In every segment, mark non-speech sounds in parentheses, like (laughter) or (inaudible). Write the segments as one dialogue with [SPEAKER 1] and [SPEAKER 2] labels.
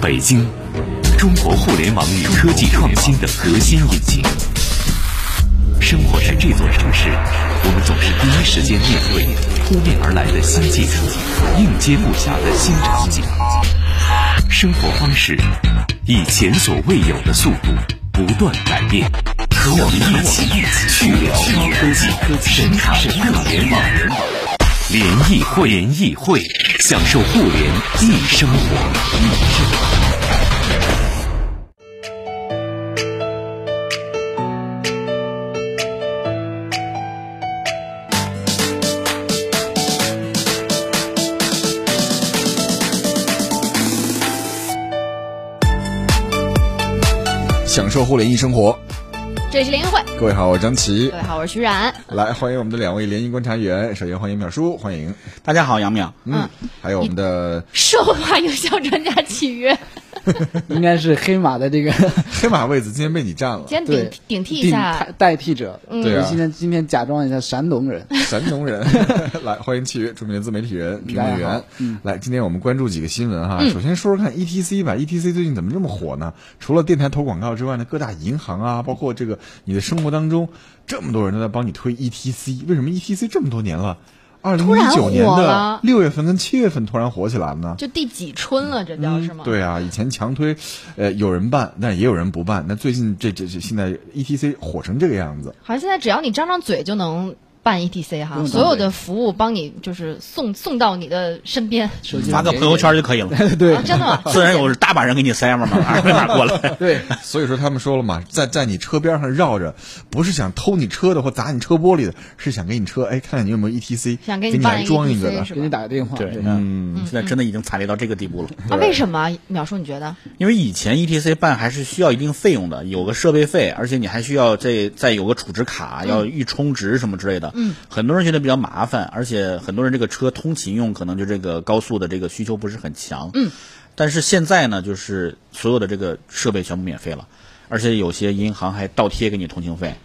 [SPEAKER 1] 北京，中国互联网与科技创新的核心引擎。生活在这座城市，我们总是第一时间面对扑面而来的新技术，应接不暇的新场景。生活方式以前所未有的速度不断改变，和我们一起去聊科技、神侃互联网，联谊会，联谊会，享受互联易生活。
[SPEAKER 2] 享受互联易生活，
[SPEAKER 3] 这里是联谊会。
[SPEAKER 2] 各位好，我是张琪
[SPEAKER 3] 各。位好，我是徐冉。
[SPEAKER 2] 来，欢迎我们的两位联谊观察员，首先欢迎淼叔，欢迎，
[SPEAKER 4] 大家好，杨淼，
[SPEAKER 2] 嗯，还有我们的
[SPEAKER 3] 兽化营销专家契 (laughs) 约，
[SPEAKER 5] (laughs) 应该是黑马的这个
[SPEAKER 2] 黑马位子今天被你占了，
[SPEAKER 3] 今天
[SPEAKER 5] 对
[SPEAKER 3] 顶顶替一下
[SPEAKER 5] 顶代替者。
[SPEAKER 2] 对啊
[SPEAKER 5] 我今天今天假装一下山东人，
[SPEAKER 2] 神农
[SPEAKER 3] (laughs)
[SPEAKER 2] 人， (laughs) 来欢迎契约，著名的自媒体人、评论
[SPEAKER 5] 大家
[SPEAKER 2] 员
[SPEAKER 5] 好。
[SPEAKER 4] 嗯
[SPEAKER 2] 来，今天我们关注几个新闻哈。
[SPEAKER 3] 嗯
[SPEAKER 2] 首先说说看 ETC 吧，ETC 最近怎么这么火呢？除了电台投广告之外呢，各大银行啊，包括这个你的生活当中，这么多人都在帮你推 ETC，为什么 ETC 这么多年了？二零一
[SPEAKER 3] 然
[SPEAKER 2] 九
[SPEAKER 3] 火
[SPEAKER 2] 年的
[SPEAKER 3] 了
[SPEAKER 2] 六月份跟七月份突然火起来了呢？
[SPEAKER 3] 就第几春了，这叫是吗？
[SPEAKER 2] 对啊，以前强推，呃，有人办，但也有人不办。那最近这这这现在 ETC 火成这个样子， (laughs)
[SPEAKER 3] 好像现在只要你张张嘴就能办 ETC 哈，
[SPEAKER 5] 用
[SPEAKER 3] 所
[SPEAKER 5] 张
[SPEAKER 3] 有的服务帮你就是送送到你的身边。
[SPEAKER 5] 手机
[SPEAKER 4] 发个朋友圈就可以了。
[SPEAKER 5] 对
[SPEAKER 3] 啊，真的吗？
[SPEAKER 4] 自然有大把人给你塞嘛，二维码过来。
[SPEAKER 5] 对，
[SPEAKER 2] 所以说他们说了嘛，在在你车边上绕着，不是想偷你车的或砸你车玻璃的，是想给你车，哎，看看你有没有 ETC，
[SPEAKER 3] 想给
[SPEAKER 2] 你
[SPEAKER 3] 你办
[SPEAKER 2] 来
[SPEAKER 3] 一个
[SPEAKER 2] 装一个的
[SPEAKER 3] ETC 是。
[SPEAKER 5] 给你打个电话。
[SPEAKER 4] (laughs) 对，
[SPEAKER 5] 对
[SPEAKER 4] 嗯，现在真的已经惨烈到这个地步了。
[SPEAKER 3] 啊，为什么？淼叔，你觉得？
[SPEAKER 4] 因为以前 ETC 办还是需要一定费用的，有个设备费，而且你还需要这再有个储值
[SPEAKER 3] 嗯
[SPEAKER 4] 卡，要预充值什么之类的。嗯，很多人觉得比较麻烦，而且很多人这个车通勤用可能就这个高速的这个需求不是很强。嗯，但是现在呢，就是所有的这个设备全部免费了，而且有些银行还倒贴给你通行费。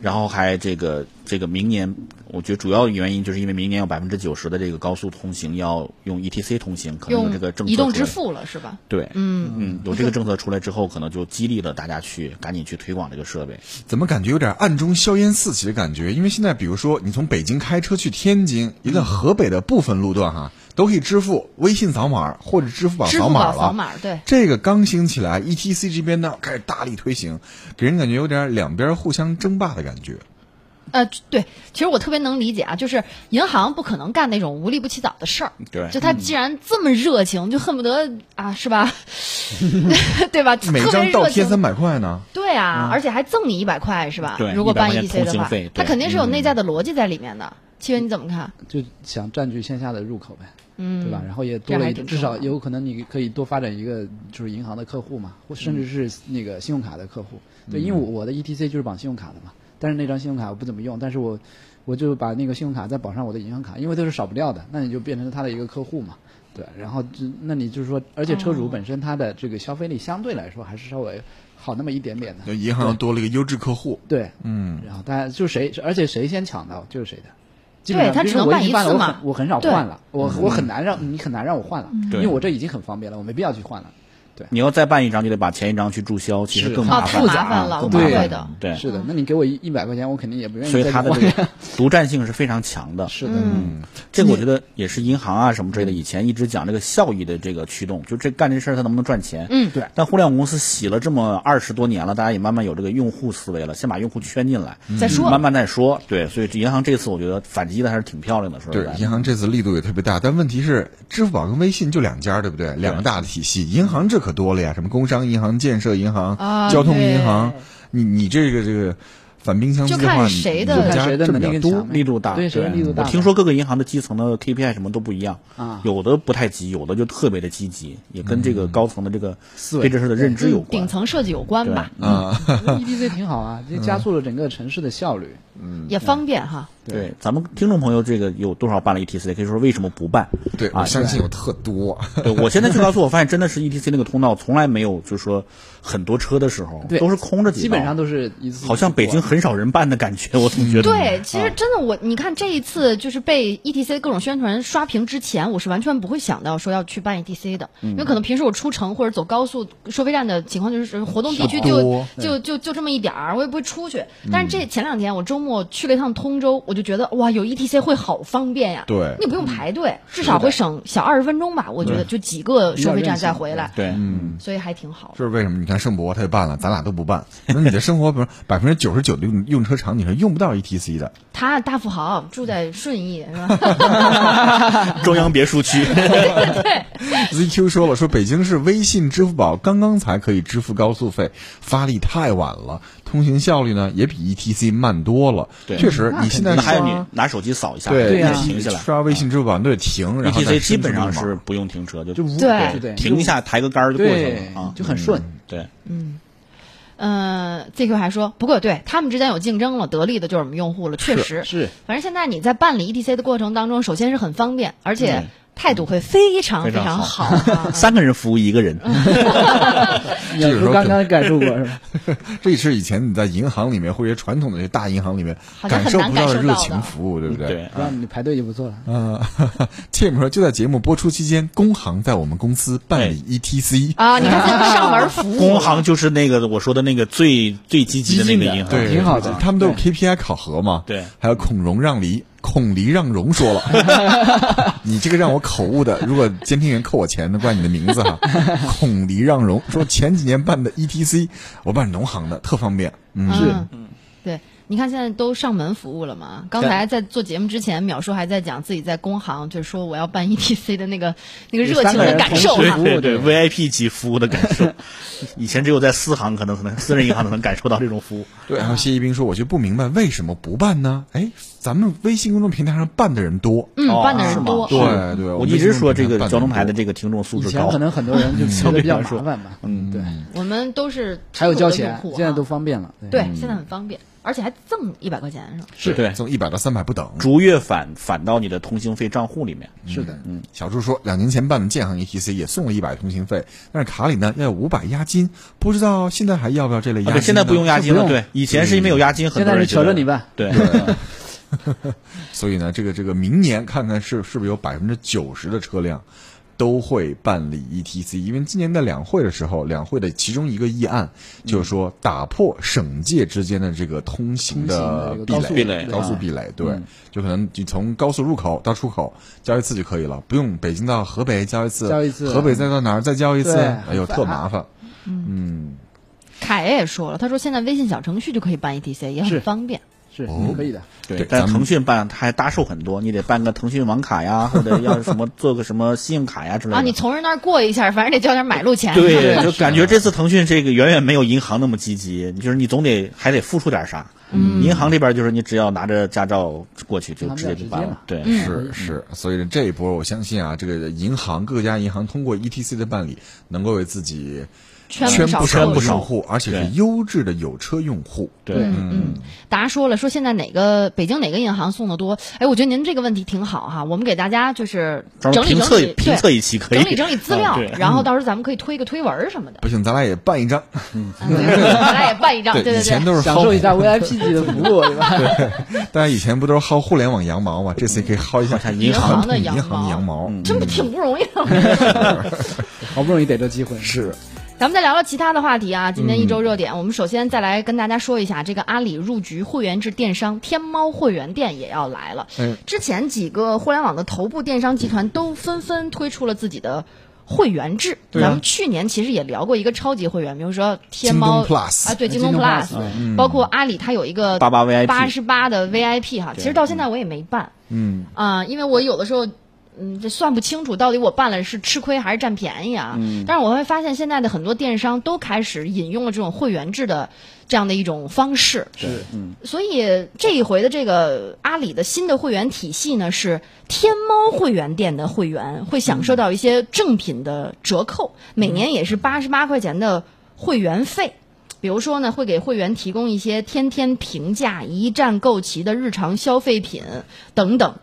[SPEAKER 4] 然后还这个这个明年，我觉得主要原因就是因为明年有百分之九十的这个高速通行要用 ETC 通行，可能有
[SPEAKER 3] 用
[SPEAKER 4] 这个政策
[SPEAKER 3] 移动
[SPEAKER 4] 出来
[SPEAKER 3] 支付了是吧？
[SPEAKER 4] 对，嗯嗯，有这个政策出来之后，可能就激励了大家去赶紧去推广这个设备。
[SPEAKER 2] 怎么感觉有点暗中硝烟四起的感觉？因为现在，比如说你从北京开车去天津，一个河北的部分路段哈，都可以支付微信扫码或者支付宝
[SPEAKER 3] 支
[SPEAKER 2] 扫
[SPEAKER 3] 付
[SPEAKER 2] 码
[SPEAKER 3] 宝
[SPEAKER 2] 了。
[SPEAKER 3] 扫码，对，
[SPEAKER 2] 这个刚兴起来，ETC 这边呢开始大力推行，给人感觉有点两边互相争霸的感觉。
[SPEAKER 3] 呃，对，其实我特别能理解啊，就是银行不可能干那种无利不起早的事儿。
[SPEAKER 4] 对嗯
[SPEAKER 3] 就他既然这么热情，就恨不得啊，是吧？ (laughs) 对
[SPEAKER 4] (laughs)
[SPEAKER 3] 吧？特
[SPEAKER 2] 每
[SPEAKER 3] 别
[SPEAKER 2] 张倒
[SPEAKER 3] 热
[SPEAKER 2] 贴
[SPEAKER 3] 情。
[SPEAKER 2] 三百块呢，
[SPEAKER 3] 对啊，而且还赠你一百块是吧？
[SPEAKER 4] 嗯对
[SPEAKER 3] 如果办
[SPEAKER 4] 100块
[SPEAKER 3] ETC 的
[SPEAKER 4] 钱通行
[SPEAKER 3] 话
[SPEAKER 4] 费，
[SPEAKER 3] 它
[SPEAKER 4] 对嗯
[SPEAKER 3] 肯定是有内在的逻辑在里面的。七月你怎么看？
[SPEAKER 5] 就想占据线下的入口呗，嗯，对吧？然后也
[SPEAKER 3] 这
[SPEAKER 5] 多
[SPEAKER 3] 还
[SPEAKER 5] 了一，
[SPEAKER 3] 挺
[SPEAKER 5] 至
[SPEAKER 3] 重要
[SPEAKER 5] 少有可能你可以多发展一个就是银行的客户嘛，或甚至是那个信用卡的客户。
[SPEAKER 3] 嗯
[SPEAKER 5] 对，因为我我的 ETC 就是绑信用卡的嘛，但是那张信用卡我不怎么用，但是我我就把那个信用卡再绑上我的银行卡，因为都是少不掉的，那你就变成他的一个客户嘛。对，然后就那你就是说，而且车
[SPEAKER 3] 哦
[SPEAKER 5] 主本身他的这个消费力相对来说还是稍微好那么一点点的。
[SPEAKER 2] 就银行又多了一个优质客户。
[SPEAKER 5] 对，
[SPEAKER 2] 嗯，
[SPEAKER 5] 然后大家就谁，而且谁先抢到就是谁的。基
[SPEAKER 3] 对
[SPEAKER 5] 本上
[SPEAKER 3] 他
[SPEAKER 5] 比
[SPEAKER 3] 只
[SPEAKER 5] 如
[SPEAKER 3] 能
[SPEAKER 5] 说
[SPEAKER 3] 办
[SPEAKER 5] 我
[SPEAKER 3] 一
[SPEAKER 5] 已经办了
[SPEAKER 3] 次
[SPEAKER 5] 我
[SPEAKER 3] 嘛
[SPEAKER 5] 很我很少
[SPEAKER 3] 对
[SPEAKER 5] 换了，我我很难让你很难让我换了，因
[SPEAKER 4] 对
[SPEAKER 5] 为我这已经很方便了，我没必要去换了。
[SPEAKER 4] 你要再办一张，就得把前一张去注销，其实
[SPEAKER 5] 是
[SPEAKER 4] 更
[SPEAKER 3] 啊，
[SPEAKER 4] 麻
[SPEAKER 3] 太
[SPEAKER 4] 烦，
[SPEAKER 3] 麻烦了，
[SPEAKER 4] 更麻
[SPEAKER 3] 对
[SPEAKER 4] 烦
[SPEAKER 3] 的。
[SPEAKER 4] 对，
[SPEAKER 5] 是的，那你给我一一百块钱，我肯定也不愿意
[SPEAKER 4] 所以
[SPEAKER 5] 再去
[SPEAKER 4] 它的
[SPEAKER 5] 换
[SPEAKER 4] 这个独占性是非常强的。
[SPEAKER 5] 是的，
[SPEAKER 4] 这个我觉得也是银行啊什么之类的，以前一直讲这个效益的这个驱动，就这干这事儿它能不能赚钱？
[SPEAKER 3] 嗯
[SPEAKER 5] 对
[SPEAKER 4] 但互联网公司洗了这么二十多年了，大家也慢慢有这个用户思维了，先把用户圈进来，嗯
[SPEAKER 3] 再说
[SPEAKER 4] 慢慢再说。对，所以银行这次我觉得反击的还是挺漂亮的，说实
[SPEAKER 2] 对
[SPEAKER 4] 在，的
[SPEAKER 2] 银行这次力度也特别大，但问题是，支付宝跟微信就两家，对不对？两个大的体系，银行这可多了呀，什么工商银行、建设银行、
[SPEAKER 3] 啊
[SPEAKER 2] 交通银行
[SPEAKER 3] 对，
[SPEAKER 2] 你你这个这个反冰箱计
[SPEAKER 3] 就看
[SPEAKER 2] 划，
[SPEAKER 3] 谁
[SPEAKER 2] 你
[SPEAKER 3] 的
[SPEAKER 2] 你
[SPEAKER 5] 就
[SPEAKER 2] 们
[SPEAKER 5] 看
[SPEAKER 2] 家
[SPEAKER 5] 谁的
[SPEAKER 2] 挣
[SPEAKER 5] 能
[SPEAKER 2] 比较
[SPEAKER 5] 力更
[SPEAKER 2] 多
[SPEAKER 5] 强。呗
[SPEAKER 4] 力度大，
[SPEAKER 5] 对谁的力度大
[SPEAKER 4] 我
[SPEAKER 5] 呗。
[SPEAKER 4] 听说各个银行的基层的 KPI 什么都不一样
[SPEAKER 5] 啊嗯
[SPEAKER 4] 有的不太急，有的就特别的积极，也跟这个高层的这个
[SPEAKER 5] 思维
[SPEAKER 4] 对这事儿的认知有
[SPEAKER 3] 跟
[SPEAKER 4] 关
[SPEAKER 3] 顶。层设计有关吧，
[SPEAKER 2] 啊，
[SPEAKER 4] 嗯
[SPEAKER 5] ETC 挺好啊，这加速了整个城市的效率。
[SPEAKER 3] 也方便哈。
[SPEAKER 4] 对，咱们听众朋友，这个有多少办了 ETC？可以说为什么不办？
[SPEAKER 2] 对，
[SPEAKER 4] 啊
[SPEAKER 2] 我，相信有特多。
[SPEAKER 4] 对我现在去高速，我发现真的是 ETC 那个通道从来没有，就是说很多车的时候，
[SPEAKER 5] 对
[SPEAKER 4] 都是空着几道，
[SPEAKER 5] 基本上都是嗯一次性
[SPEAKER 4] 好像北京
[SPEAKER 5] 过
[SPEAKER 4] 很少人办的感觉，我总觉得。
[SPEAKER 3] 对，其
[SPEAKER 4] 啊
[SPEAKER 3] 实真的我，你看这一次就是被 ETC 各种宣传刷屏之前，我是完全不会想到说要去办 ETC 的，因为可能平时我出城或者走高速收费站的情况就是活动地区
[SPEAKER 2] 不
[SPEAKER 3] 就
[SPEAKER 2] 多
[SPEAKER 3] 就就就这么一点儿，我也不会出去。但是这前两天我周末去了一趟通州，我就觉得哇，有 ETC 会好方便呀，
[SPEAKER 2] 对
[SPEAKER 3] 你不用排队，至少会省小二十分钟吧，我觉得就几个收费站再回来，
[SPEAKER 4] 对，
[SPEAKER 2] 嗯
[SPEAKER 3] 所以还挺好。
[SPEAKER 2] 这是为什么？你看盛博他就办了，咱俩都不办。那你的生活，比如百分之九十九的用用车场景是用不到 ETC 的。
[SPEAKER 3] 他大富豪住在顺义是吧？
[SPEAKER 4] 中央别墅区。
[SPEAKER 2] ZQ 说了，说北京市微信、支付宝刚刚才可以支付高速费，发力太晚了，通行效率呢也比 ETC 慢多了。
[SPEAKER 4] 对
[SPEAKER 2] 确实， (laughs) 你现在
[SPEAKER 4] 那还有
[SPEAKER 2] 刷
[SPEAKER 4] 你 (laughs) 拿手机扫一下，
[SPEAKER 2] 对
[SPEAKER 5] 对啊呀
[SPEAKER 4] 你停下来。嗯
[SPEAKER 2] 刷微信、支付宝你都得停，然后再
[SPEAKER 4] ETC 基
[SPEAKER 2] 伸出
[SPEAKER 4] 本上
[SPEAKER 2] 去嘛
[SPEAKER 4] 是不用停车，就
[SPEAKER 5] 就无
[SPEAKER 3] 对
[SPEAKER 5] 就对
[SPEAKER 4] 停一下，抬个杆儿就过去
[SPEAKER 5] 对
[SPEAKER 4] 了啊。
[SPEAKER 5] 就很顺。
[SPEAKER 4] 对，
[SPEAKER 3] 嗯，ZQ 还说，不过对他们之间有竞争了，得利的就是我们用户了，确实
[SPEAKER 5] 是
[SPEAKER 3] 反正现在你在办理 ETC 的过程当中，首先是很方便，而
[SPEAKER 5] 嗯
[SPEAKER 3] 且态度会非常
[SPEAKER 4] 非
[SPEAKER 3] 非
[SPEAKER 4] 常
[SPEAKER 3] 常
[SPEAKER 4] 好
[SPEAKER 3] 好啊。
[SPEAKER 4] 三个人服务一个人，
[SPEAKER 5] 你要
[SPEAKER 2] 这个时候
[SPEAKER 5] 说刚刚感受过是吧？
[SPEAKER 2] 这也是以前你在银行里面或者传统的这大银行里面
[SPEAKER 3] 好像
[SPEAKER 2] 感
[SPEAKER 3] 很
[SPEAKER 2] 受
[SPEAKER 3] 难
[SPEAKER 2] 不到
[SPEAKER 3] 感受
[SPEAKER 2] 热
[SPEAKER 3] 到
[SPEAKER 2] 情
[SPEAKER 3] 的
[SPEAKER 2] 服务，对不对？ (laughs)
[SPEAKER 4] 对。
[SPEAKER 5] 让你排队就不错了。
[SPEAKER 2] 嗯，Tim 说就在节目播出期间，工行在我们公司办理 ETC，
[SPEAKER 5] (laughs)
[SPEAKER 3] 啊，你看现在上门服务，
[SPEAKER 4] 工行就是那个我说的那个最最积极的那个银行，
[SPEAKER 2] 对，
[SPEAKER 5] 啊挺好的
[SPEAKER 2] 他们都有 KPI 考核嘛。
[SPEAKER 4] 对
[SPEAKER 2] 还有孔融让梨，孔黎让融说了，
[SPEAKER 4] (laughs)
[SPEAKER 2] 你这个让我口误的，如果监听人扣我钱，那怪你的名字哈。孔黎让融说前几年办的 ETC，我办农行的，特方便。嗯，
[SPEAKER 5] 啊
[SPEAKER 3] 嗯，对，你看现在都上门服务了嘛。刚才在做节目之前，淼叔还在讲自己在工行，就是说我要办 ETC 的那个那个热情的感受
[SPEAKER 5] 有三个人
[SPEAKER 3] 哈
[SPEAKER 5] 同。
[SPEAKER 4] 对对
[SPEAKER 5] 服
[SPEAKER 4] 对
[SPEAKER 5] 务
[SPEAKER 4] ，VIP 级服务的感受，以前只有在私行可能可能私人银行才能感受到这种服务。
[SPEAKER 2] 对。然后谢一冰说，我就不明白为什么不办呢？哎，咱们微信公众平台上办的人多。
[SPEAKER 3] 嗯，
[SPEAKER 4] 哦
[SPEAKER 3] 办的人多，
[SPEAKER 4] 是吗
[SPEAKER 2] 对对
[SPEAKER 4] 我
[SPEAKER 2] 我
[SPEAKER 4] 一直说这
[SPEAKER 2] 们
[SPEAKER 4] 个
[SPEAKER 2] 办得
[SPEAKER 4] 交通
[SPEAKER 2] 多
[SPEAKER 4] 牌的这个听众素
[SPEAKER 5] 以
[SPEAKER 4] 质
[SPEAKER 5] 前
[SPEAKER 4] 高
[SPEAKER 5] 可，能很多人就觉得比较麻烦吧，嗯，
[SPEAKER 4] 嗯
[SPEAKER 5] 对，
[SPEAKER 3] 我们都是
[SPEAKER 5] 还有交
[SPEAKER 3] 用
[SPEAKER 5] 钱
[SPEAKER 3] 户，啊
[SPEAKER 5] 现在都嗯方便了。
[SPEAKER 3] 对，现在很方便，而且还赠一百块钱是吧？
[SPEAKER 4] 是对，
[SPEAKER 2] 从一百到三百不等。
[SPEAKER 4] 逐月返返到你的通行费账户里面。啊
[SPEAKER 5] 是的，
[SPEAKER 2] 小朱说，两年前办的建行 ETC 也送了一百通行费，但是卡里呢要有五百押金，不知道现在还要不要这类押金、
[SPEAKER 4] 啊，对，现在不用押金
[SPEAKER 5] 不
[SPEAKER 4] 了，
[SPEAKER 5] 用
[SPEAKER 4] 对，以前是因为有押金，很
[SPEAKER 5] 现
[SPEAKER 4] 多
[SPEAKER 5] 在
[SPEAKER 4] 人
[SPEAKER 5] 是
[SPEAKER 4] 觉
[SPEAKER 5] 求
[SPEAKER 4] 得
[SPEAKER 5] 着你办，
[SPEAKER 4] 对，
[SPEAKER 2] 所以呢，这个这个明年看看是是不是有百分之九十的车辆都会办理 ETC，因为今年在两会的时候，两会的其中一个议案就是说打破省界之间的这个通行的壁
[SPEAKER 5] 通行的这个
[SPEAKER 2] 垒，
[SPEAKER 5] 高速啊
[SPEAKER 2] 高速壁垒，对，
[SPEAKER 5] 嗯
[SPEAKER 2] 就可能你从高速入口到出口交一次就可以了，不用北京到河北交一次，
[SPEAKER 5] 交一次
[SPEAKER 2] 河北再到哪儿再交一次，
[SPEAKER 5] 对
[SPEAKER 2] 哎呦
[SPEAKER 5] 很烦
[SPEAKER 2] 特麻烦。
[SPEAKER 3] 凯爷也说了，他说现在微信小程序就可以办 ETC，也
[SPEAKER 5] 是
[SPEAKER 3] 很方便。
[SPEAKER 5] 是
[SPEAKER 2] 哦
[SPEAKER 5] 可以的。
[SPEAKER 4] 对
[SPEAKER 2] 对，
[SPEAKER 4] 但
[SPEAKER 2] 咱们
[SPEAKER 4] 腾讯办它还搭售很多，你得办个腾讯网卡 (laughs) 呀，或者要什么做个什么信用卡呀之类的。
[SPEAKER 3] 啊，你从人那儿过一下，反正得交点买路钱。 (laughs)
[SPEAKER 4] 对， (laughs) 就感觉这次腾讯这个远远没有银行那么积极，就是你总得还得付出点啥。
[SPEAKER 3] 嗯
[SPEAKER 4] 银行这边就是你只要拿着驾照过去就
[SPEAKER 5] 银行
[SPEAKER 4] 直接
[SPEAKER 5] 比
[SPEAKER 4] 就
[SPEAKER 5] 较
[SPEAKER 4] 办
[SPEAKER 5] 直接
[SPEAKER 4] 了
[SPEAKER 5] 嘛。
[SPEAKER 4] 对，
[SPEAKER 3] 嗯
[SPEAKER 2] 是
[SPEAKER 5] 嗯
[SPEAKER 2] 是，所以这一波我相信啊，这个银行各家银行通过 ETC 的办理，能够为自己
[SPEAKER 3] 圈
[SPEAKER 2] 圈
[SPEAKER 3] 不少
[SPEAKER 2] 不
[SPEAKER 3] 客
[SPEAKER 2] 少
[SPEAKER 3] 户
[SPEAKER 2] 用户，而且
[SPEAKER 4] 对
[SPEAKER 2] 是优质的有车用户。
[SPEAKER 4] 对
[SPEAKER 5] 对
[SPEAKER 3] 嗯，大家说了，说现在哪个北京哪个银行送的多？哎，我觉得您这个问题挺好哈，我们给大家就是整
[SPEAKER 4] 专门
[SPEAKER 3] 理
[SPEAKER 4] 评
[SPEAKER 3] 整
[SPEAKER 4] 测
[SPEAKER 3] 理，
[SPEAKER 4] 评测
[SPEAKER 3] 对，
[SPEAKER 4] 一期可以
[SPEAKER 3] 整理整理资料
[SPEAKER 4] 啊对，
[SPEAKER 3] 然后到时候咱们可以推一个推文儿什么的，
[SPEAKER 2] 不行，咱俩也办一张。
[SPEAKER 3] 嗯对咱俩也办一张，对
[SPEAKER 2] 以
[SPEAKER 3] 对
[SPEAKER 2] 前
[SPEAKER 3] 对。
[SPEAKER 2] 都是
[SPEAKER 5] 享
[SPEAKER 2] 薅
[SPEAKER 5] 受一下 VIP 级的服
[SPEAKER 2] (laughs)
[SPEAKER 5] 务，对吧？
[SPEAKER 2] 大家以前不都是薅互联网羊毛嘛？这次可以薅一下
[SPEAKER 4] 薅
[SPEAKER 3] 银
[SPEAKER 4] 一下
[SPEAKER 3] 行
[SPEAKER 2] 行
[SPEAKER 3] 的
[SPEAKER 2] 银
[SPEAKER 3] 羊
[SPEAKER 2] 行
[SPEAKER 3] 毛嗯
[SPEAKER 2] 羊毛。
[SPEAKER 3] 真不挺不容易的吗，
[SPEAKER 5] 好不容易逮着机会，
[SPEAKER 2] 是
[SPEAKER 3] 咱们再聊聊其他的话题啊。
[SPEAKER 2] 嗯
[SPEAKER 3] 今天一周热点，我们首先再来跟大家说一下，这个阿里入局会员制电商天猫会员店也要来了。
[SPEAKER 2] 哎
[SPEAKER 3] 之前几个互联网的头部电商集团都纷纷推出了自己的。会员制，
[SPEAKER 2] 对啊
[SPEAKER 3] 咱们去年其实也聊过一个超级会员，比如说天猫
[SPEAKER 2] 京东 Plus 哎
[SPEAKER 3] 啊，对，京东
[SPEAKER 5] 京东
[SPEAKER 3] Plus，
[SPEAKER 5] Plus，
[SPEAKER 3] 包括阿里，它有一个
[SPEAKER 4] 88 VIP
[SPEAKER 3] 嗯八十八的 VIP 哈，其实到现在我也没办，嗯啊、因为我有的时候。嗯，这算不清楚到底我办了是吃亏还是占便宜啊。但是我会发现现在的很多电商都开始引用了这种会员制的这样的一种方式。
[SPEAKER 5] 是
[SPEAKER 3] 所以这一回的这个阿里的新的会员体系呢，是天猫会员店的会员会享受到一
[SPEAKER 4] 嗯
[SPEAKER 3] 些正品的折扣，每年也是八十八块钱的会员费。比如说呢，会给会员提供一些天天平价、一站购齐的日常消费品等等。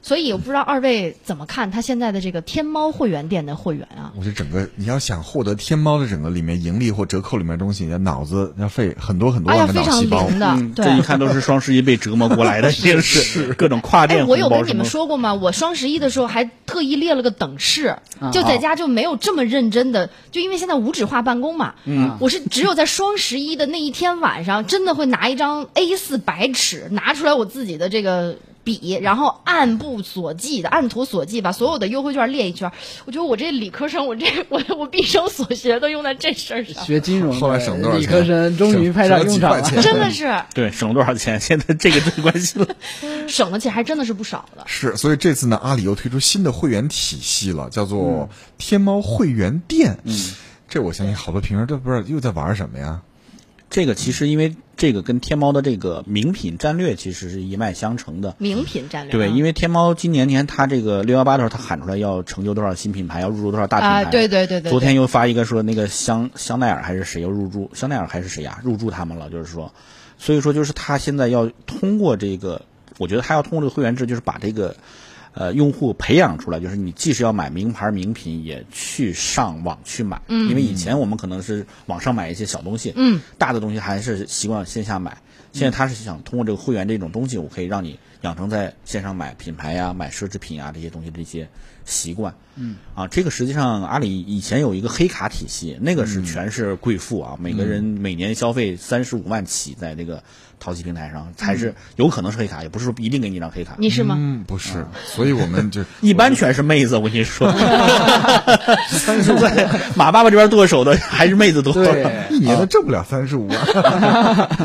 [SPEAKER 3] 所以我不知道二位怎么看他现在的这个天猫会员店的会员啊？
[SPEAKER 2] 我觉得整个你要想获得天猫的整个里面盈利或折扣里面的东西，你的脑子要费很多很多
[SPEAKER 3] 哎呀，
[SPEAKER 2] 万个
[SPEAKER 3] 非
[SPEAKER 2] 脑
[SPEAKER 3] 常
[SPEAKER 2] 细胞。
[SPEAKER 3] 灵的，对。
[SPEAKER 4] (laughs) 嗯这一看都是双十一被折磨过
[SPEAKER 3] (laughs)
[SPEAKER 4] 来的，也是 (laughs) 各种跨
[SPEAKER 3] 哎，
[SPEAKER 4] 店
[SPEAKER 3] 我有
[SPEAKER 4] 红包
[SPEAKER 3] 跟你
[SPEAKER 4] 什么
[SPEAKER 3] 们。说过吗？我双十一的时候还特意列了个等式，
[SPEAKER 4] 啊
[SPEAKER 3] 就在家就没有这么认真的，就因为现在无纸化办公嘛。嗯，我是只有在双十一的那一天晚上，真的会拿一张 A 4白纸，拿出来我自己的这个。笔，然后按部所记的，按图索骥，把所有的优惠券列一圈。我觉得我这理科生，我这我我毕生所学都用在这事儿上，
[SPEAKER 5] 学金融
[SPEAKER 2] 后来
[SPEAKER 5] 的
[SPEAKER 2] 省多少
[SPEAKER 5] 理
[SPEAKER 2] 钱？
[SPEAKER 5] 科生终于派上用场
[SPEAKER 2] 省了
[SPEAKER 5] 了
[SPEAKER 2] 几。块钱
[SPEAKER 3] 真的是
[SPEAKER 4] 对，省了多少钱？现在这个最关心了。
[SPEAKER 3] 省的钱还真的是不少的。
[SPEAKER 2] 是，所以这次呢，阿里又推出新的会员体系了，叫
[SPEAKER 3] 嗯
[SPEAKER 2] 做天猫会员店。嗯，这我相信好多评论都不知道又在玩什么呀？
[SPEAKER 4] (laughs) 这个其实因为这个跟天猫的这个名品战略其实是一脉相承的。
[SPEAKER 3] 名品战略啊，
[SPEAKER 4] 对，因为天猫今年年它这个六幺八的时候，它喊出来要成就多少新品牌，要入驻多少大品牌。
[SPEAKER 3] 啊对对对对对
[SPEAKER 4] 昨天又发一个说那个香香奈儿还是谁要入驻，香奈儿还是谁呀、入驻他们了，就是说，所以说就是他现在要通过这个，我觉得他要通过这个会员制，就是把这个。呃，用户培养出来，就是你即使要买名牌名品，也去上网去买，因为以前我们可能是网上买一些小东西，嗯，大的东西还是习惯线下买。现在他是想通过这个会员这种东西，我可以让你养成在线上买品牌呀、买奢侈品啊这些东西的这些习惯。嗯，啊，这个实际上阿里以前有一个黑卡体系，那个是全是贵妇啊，每个人每年消费三十五万起，在这个淘系平台上才是有可能是黑卡，也不是说一定给你一张黑卡。
[SPEAKER 3] 你是吗？ (laughs)
[SPEAKER 2] 嗯，不是，所以我们就
[SPEAKER 4] 一般全是妹子，我跟你 (laughs) 说，在马爸爸这边剁手的还是妹子
[SPEAKER 2] (laughs)
[SPEAKER 4] 多。
[SPEAKER 5] 对
[SPEAKER 2] 一年都挣不了三十五 (laughs) 万，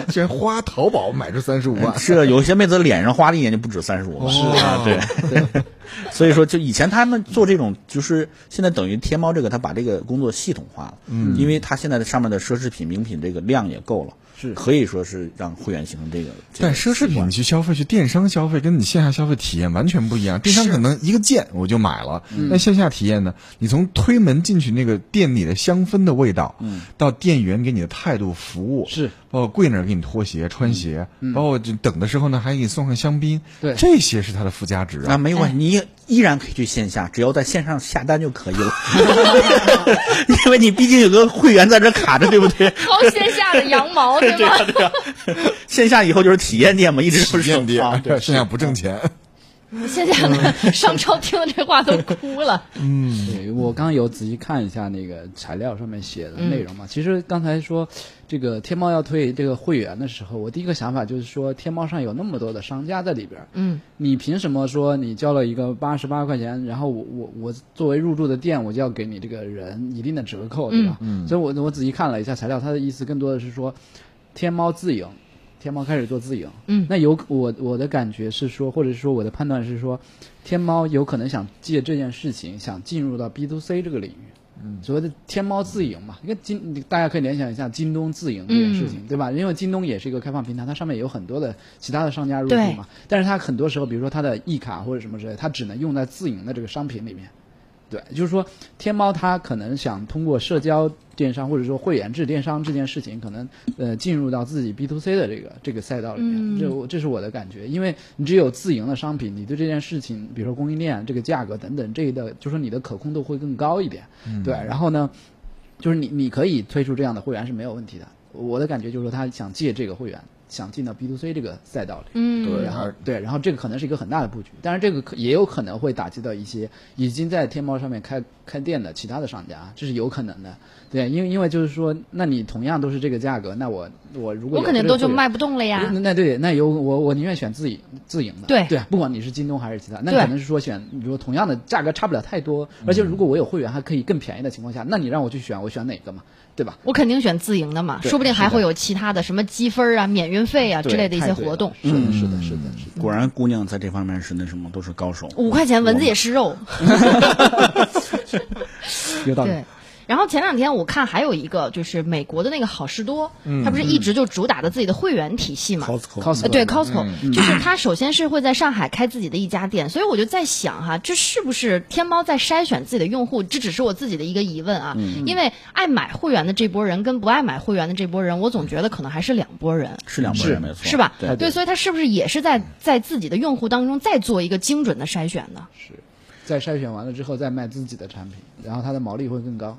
[SPEAKER 2] 居然花淘宝买出三十五万。
[SPEAKER 4] 嗯是有些妹子脸上花的一年就不止三十五万，
[SPEAKER 2] 啊
[SPEAKER 4] 哦对， (laughs) 所以说就以前他们做这种，就是现在等于天猫这个，他把这个工作系统化了，嗯，因为他现在的上面的奢侈品、名品这个量也够了，
[SPEAKER 5] 是
[SPEAKER 4] 可以说是让会员形成这个。这个
[SPEAKER 2] 但奢侈
[SPEAKER 4] 习惯
[SPEAKER 2] 品去消费，去电商消费，跟你线下消费体验完全不一样。电商可能一个键我就买了，那线下体验呢？你从推门进去那个店里的香氛的味道，到店员给你的态度、服务，
[SPEAKER 5] 是
[SPEAKER 2] 包括柜那儿给你脱鞋、穿鞋，包括就等的时候呢，还给你送上香槟，
[SPEAKER 5] 对
[SPEAKER 2] 这些是它的附加值
[SPEAKER 4] 啊，
[SPEAKER 2] 啊。
[SPEAKER 4] 没有关系，你也依然可以去线下，只要在线上下单就可以了， (laughs) 因为你毕竟有个会员在这卡着，对不对？
[SPEAKER 3] 薅线下的羊
[SPEAKER 4] (laughs)
[SPEAKER 3] 毛，对吗？
[SPEAKER 4] 线下以后就是体验店嘛，一直都是
[SPEAKER 2] 验店
[SPEAKER 4] 啊，对，
[SPEAKER 2] 线下不挣钱，
[SPEAKER 3] 现在呢，(laughs)
[SPEAKER 5] 嗯
[SPEAKER 3] 商超听了这话都哭
[SPEAKER 5] (laughs)
[SPEAKER 3] 了。
[SPEAKER 5] 对，我刚刚有仔细看一下那个材料上面写的内容嘛。其实刚才说这个天猫要推这个会员的时候，我第一个想法就是说，天猫上有那么多的商家在里边，
[SPEAKER 3] 嗯，
[SPEAKER 5] 你凭什么说你交了一个八十八块钱，然后我我我作为入驻的店，我就要给你这个人一定的折扣，对吧？嗯，所以我我仔细看了一下材料，他的意思更多的是说，天猫自营，天猫开始做自营，
[SPEAKER 3] 嗯
[SPEAKER 5] 那有我我的感觉是说，或者是说我的判断是说，天猫有可能想借这件事情想进入到 B to C 这个领域。嗯，所谓的天猫自营嘛，因为京大家可以联想一下京东自营这件事情，
[SPEAKER 3] 嗯
[SPEAKER 5] 对吧？因为京东也是一个开放平台，它上面有很多的其他的商家入驻
[SPEAKER 3] 对
[SPEAKER 5] 嘛，但是它很多时候，比如说它的 E 卡或者什么之类，它只能用在自营的这个商品里面。对，就是说天猫它可能想通过社交电商或者说会员制电商这件事情，可能呃进入到自己 B to C 的这个这个赛道里面，这我这是我的感觉，因为你只有自营的商品，你对这件事情，比如说供应链、这个价格等等这一的，就说你的可控度会更高一点，对，然后呢，就是你你可以推出这样的会员是没有问题的，我的感觉就是说他想借这个会员，想进到 B to C 这个赛道里，
[SPEAKER 3] 嗯，
[SPEAKER 5] 对，然后对，然后这个可能是一个很大的布局，但是这个可也有可能会打击到一些已经在天猫上面开开店的其他的商家，这是有可能的。对，因为因为就是说，那你同样都是这个价格，那我我如果
[SPEAKER 3] 我
[SPEAKER 5] 有
[SPEAKER 3] 可能
[SPEAKER 5] 这个
[SPEAKER 3] 都就
[SPEAKER 5] 会员嗯
[SPEAKER 3] 卖不动了呀
[SPEAKER 5] 那。那对，那有我我宁愿选自营自营的。
[SPEAKER 3] 对
[SPEAKER 5] 对，啊不管你是京东还是其他，那
[SPEAKER 3] 对
[SPEAKER 5] 可能是说选，比如说同样的价格差不了太多，而且如果我有会员还可以更便宜的情况下，那你让我去选，我选哪个嘛？对吧？
[SPEAKER 3] 我肯定选自营的嘛，
[SPEAKER 5] 对
[SPEAKER 3] 说不定还会有其他的什么积分啊、免运费啊之
[SPEAKER 5] 对
[SPEAKER 3] 类的一
[SPEAKER 5] 太
[SPEAKER 3] 些
[SPEAKER 5] 对
[SPEAKER 3] 活
[SPEAKER 5] 了
[SPEAKER 3] 动。
[SPEAKER 5] 是的，是的，是的，是的。
[SPEAKER 4] 果然姑娘在这方面是那什么都是
[SPEAKER 3] 嗯
[SPEAKER 4] 高手。
[SPEAKER 3] 五块钱蚊子也是肉，
[SPEAKER 5] 有道理
[SPEAKER 3] 对。然后前两天我看还有一个就是美国的那个好事多，
[SPEAKER 5] 嗯
[SPEAKER 3] 它不是一直就主打的自己的会员体系嘛？
[SPEAKER 4] Costco，嗯
[SPEAKER 3] 呃，对 Costco，、就是它首先是会在上海开自己的一家店，所以我就在想哈、这是不是天猫在筛选自己的用户？这只是我自己的一个疑问啊，
[SPEAKER 4] 嗯
[SPEAKER 3] 因为爱买会员的这波人跟不爱买会员的这波人，我总觉得可能还是两拨人。
[SPEAKER 4] 是两拨人没错，
[SPEAKER 3] 是吧？
[SPEAKER 4] 对，
[SPEAKER 3] 所以它是不是也是在在自己的用户当中再做一个精准的筛选呢？
[SPEAKER 5] 在筛选完了之后再卖自己的产品，然后它的毛利会更高。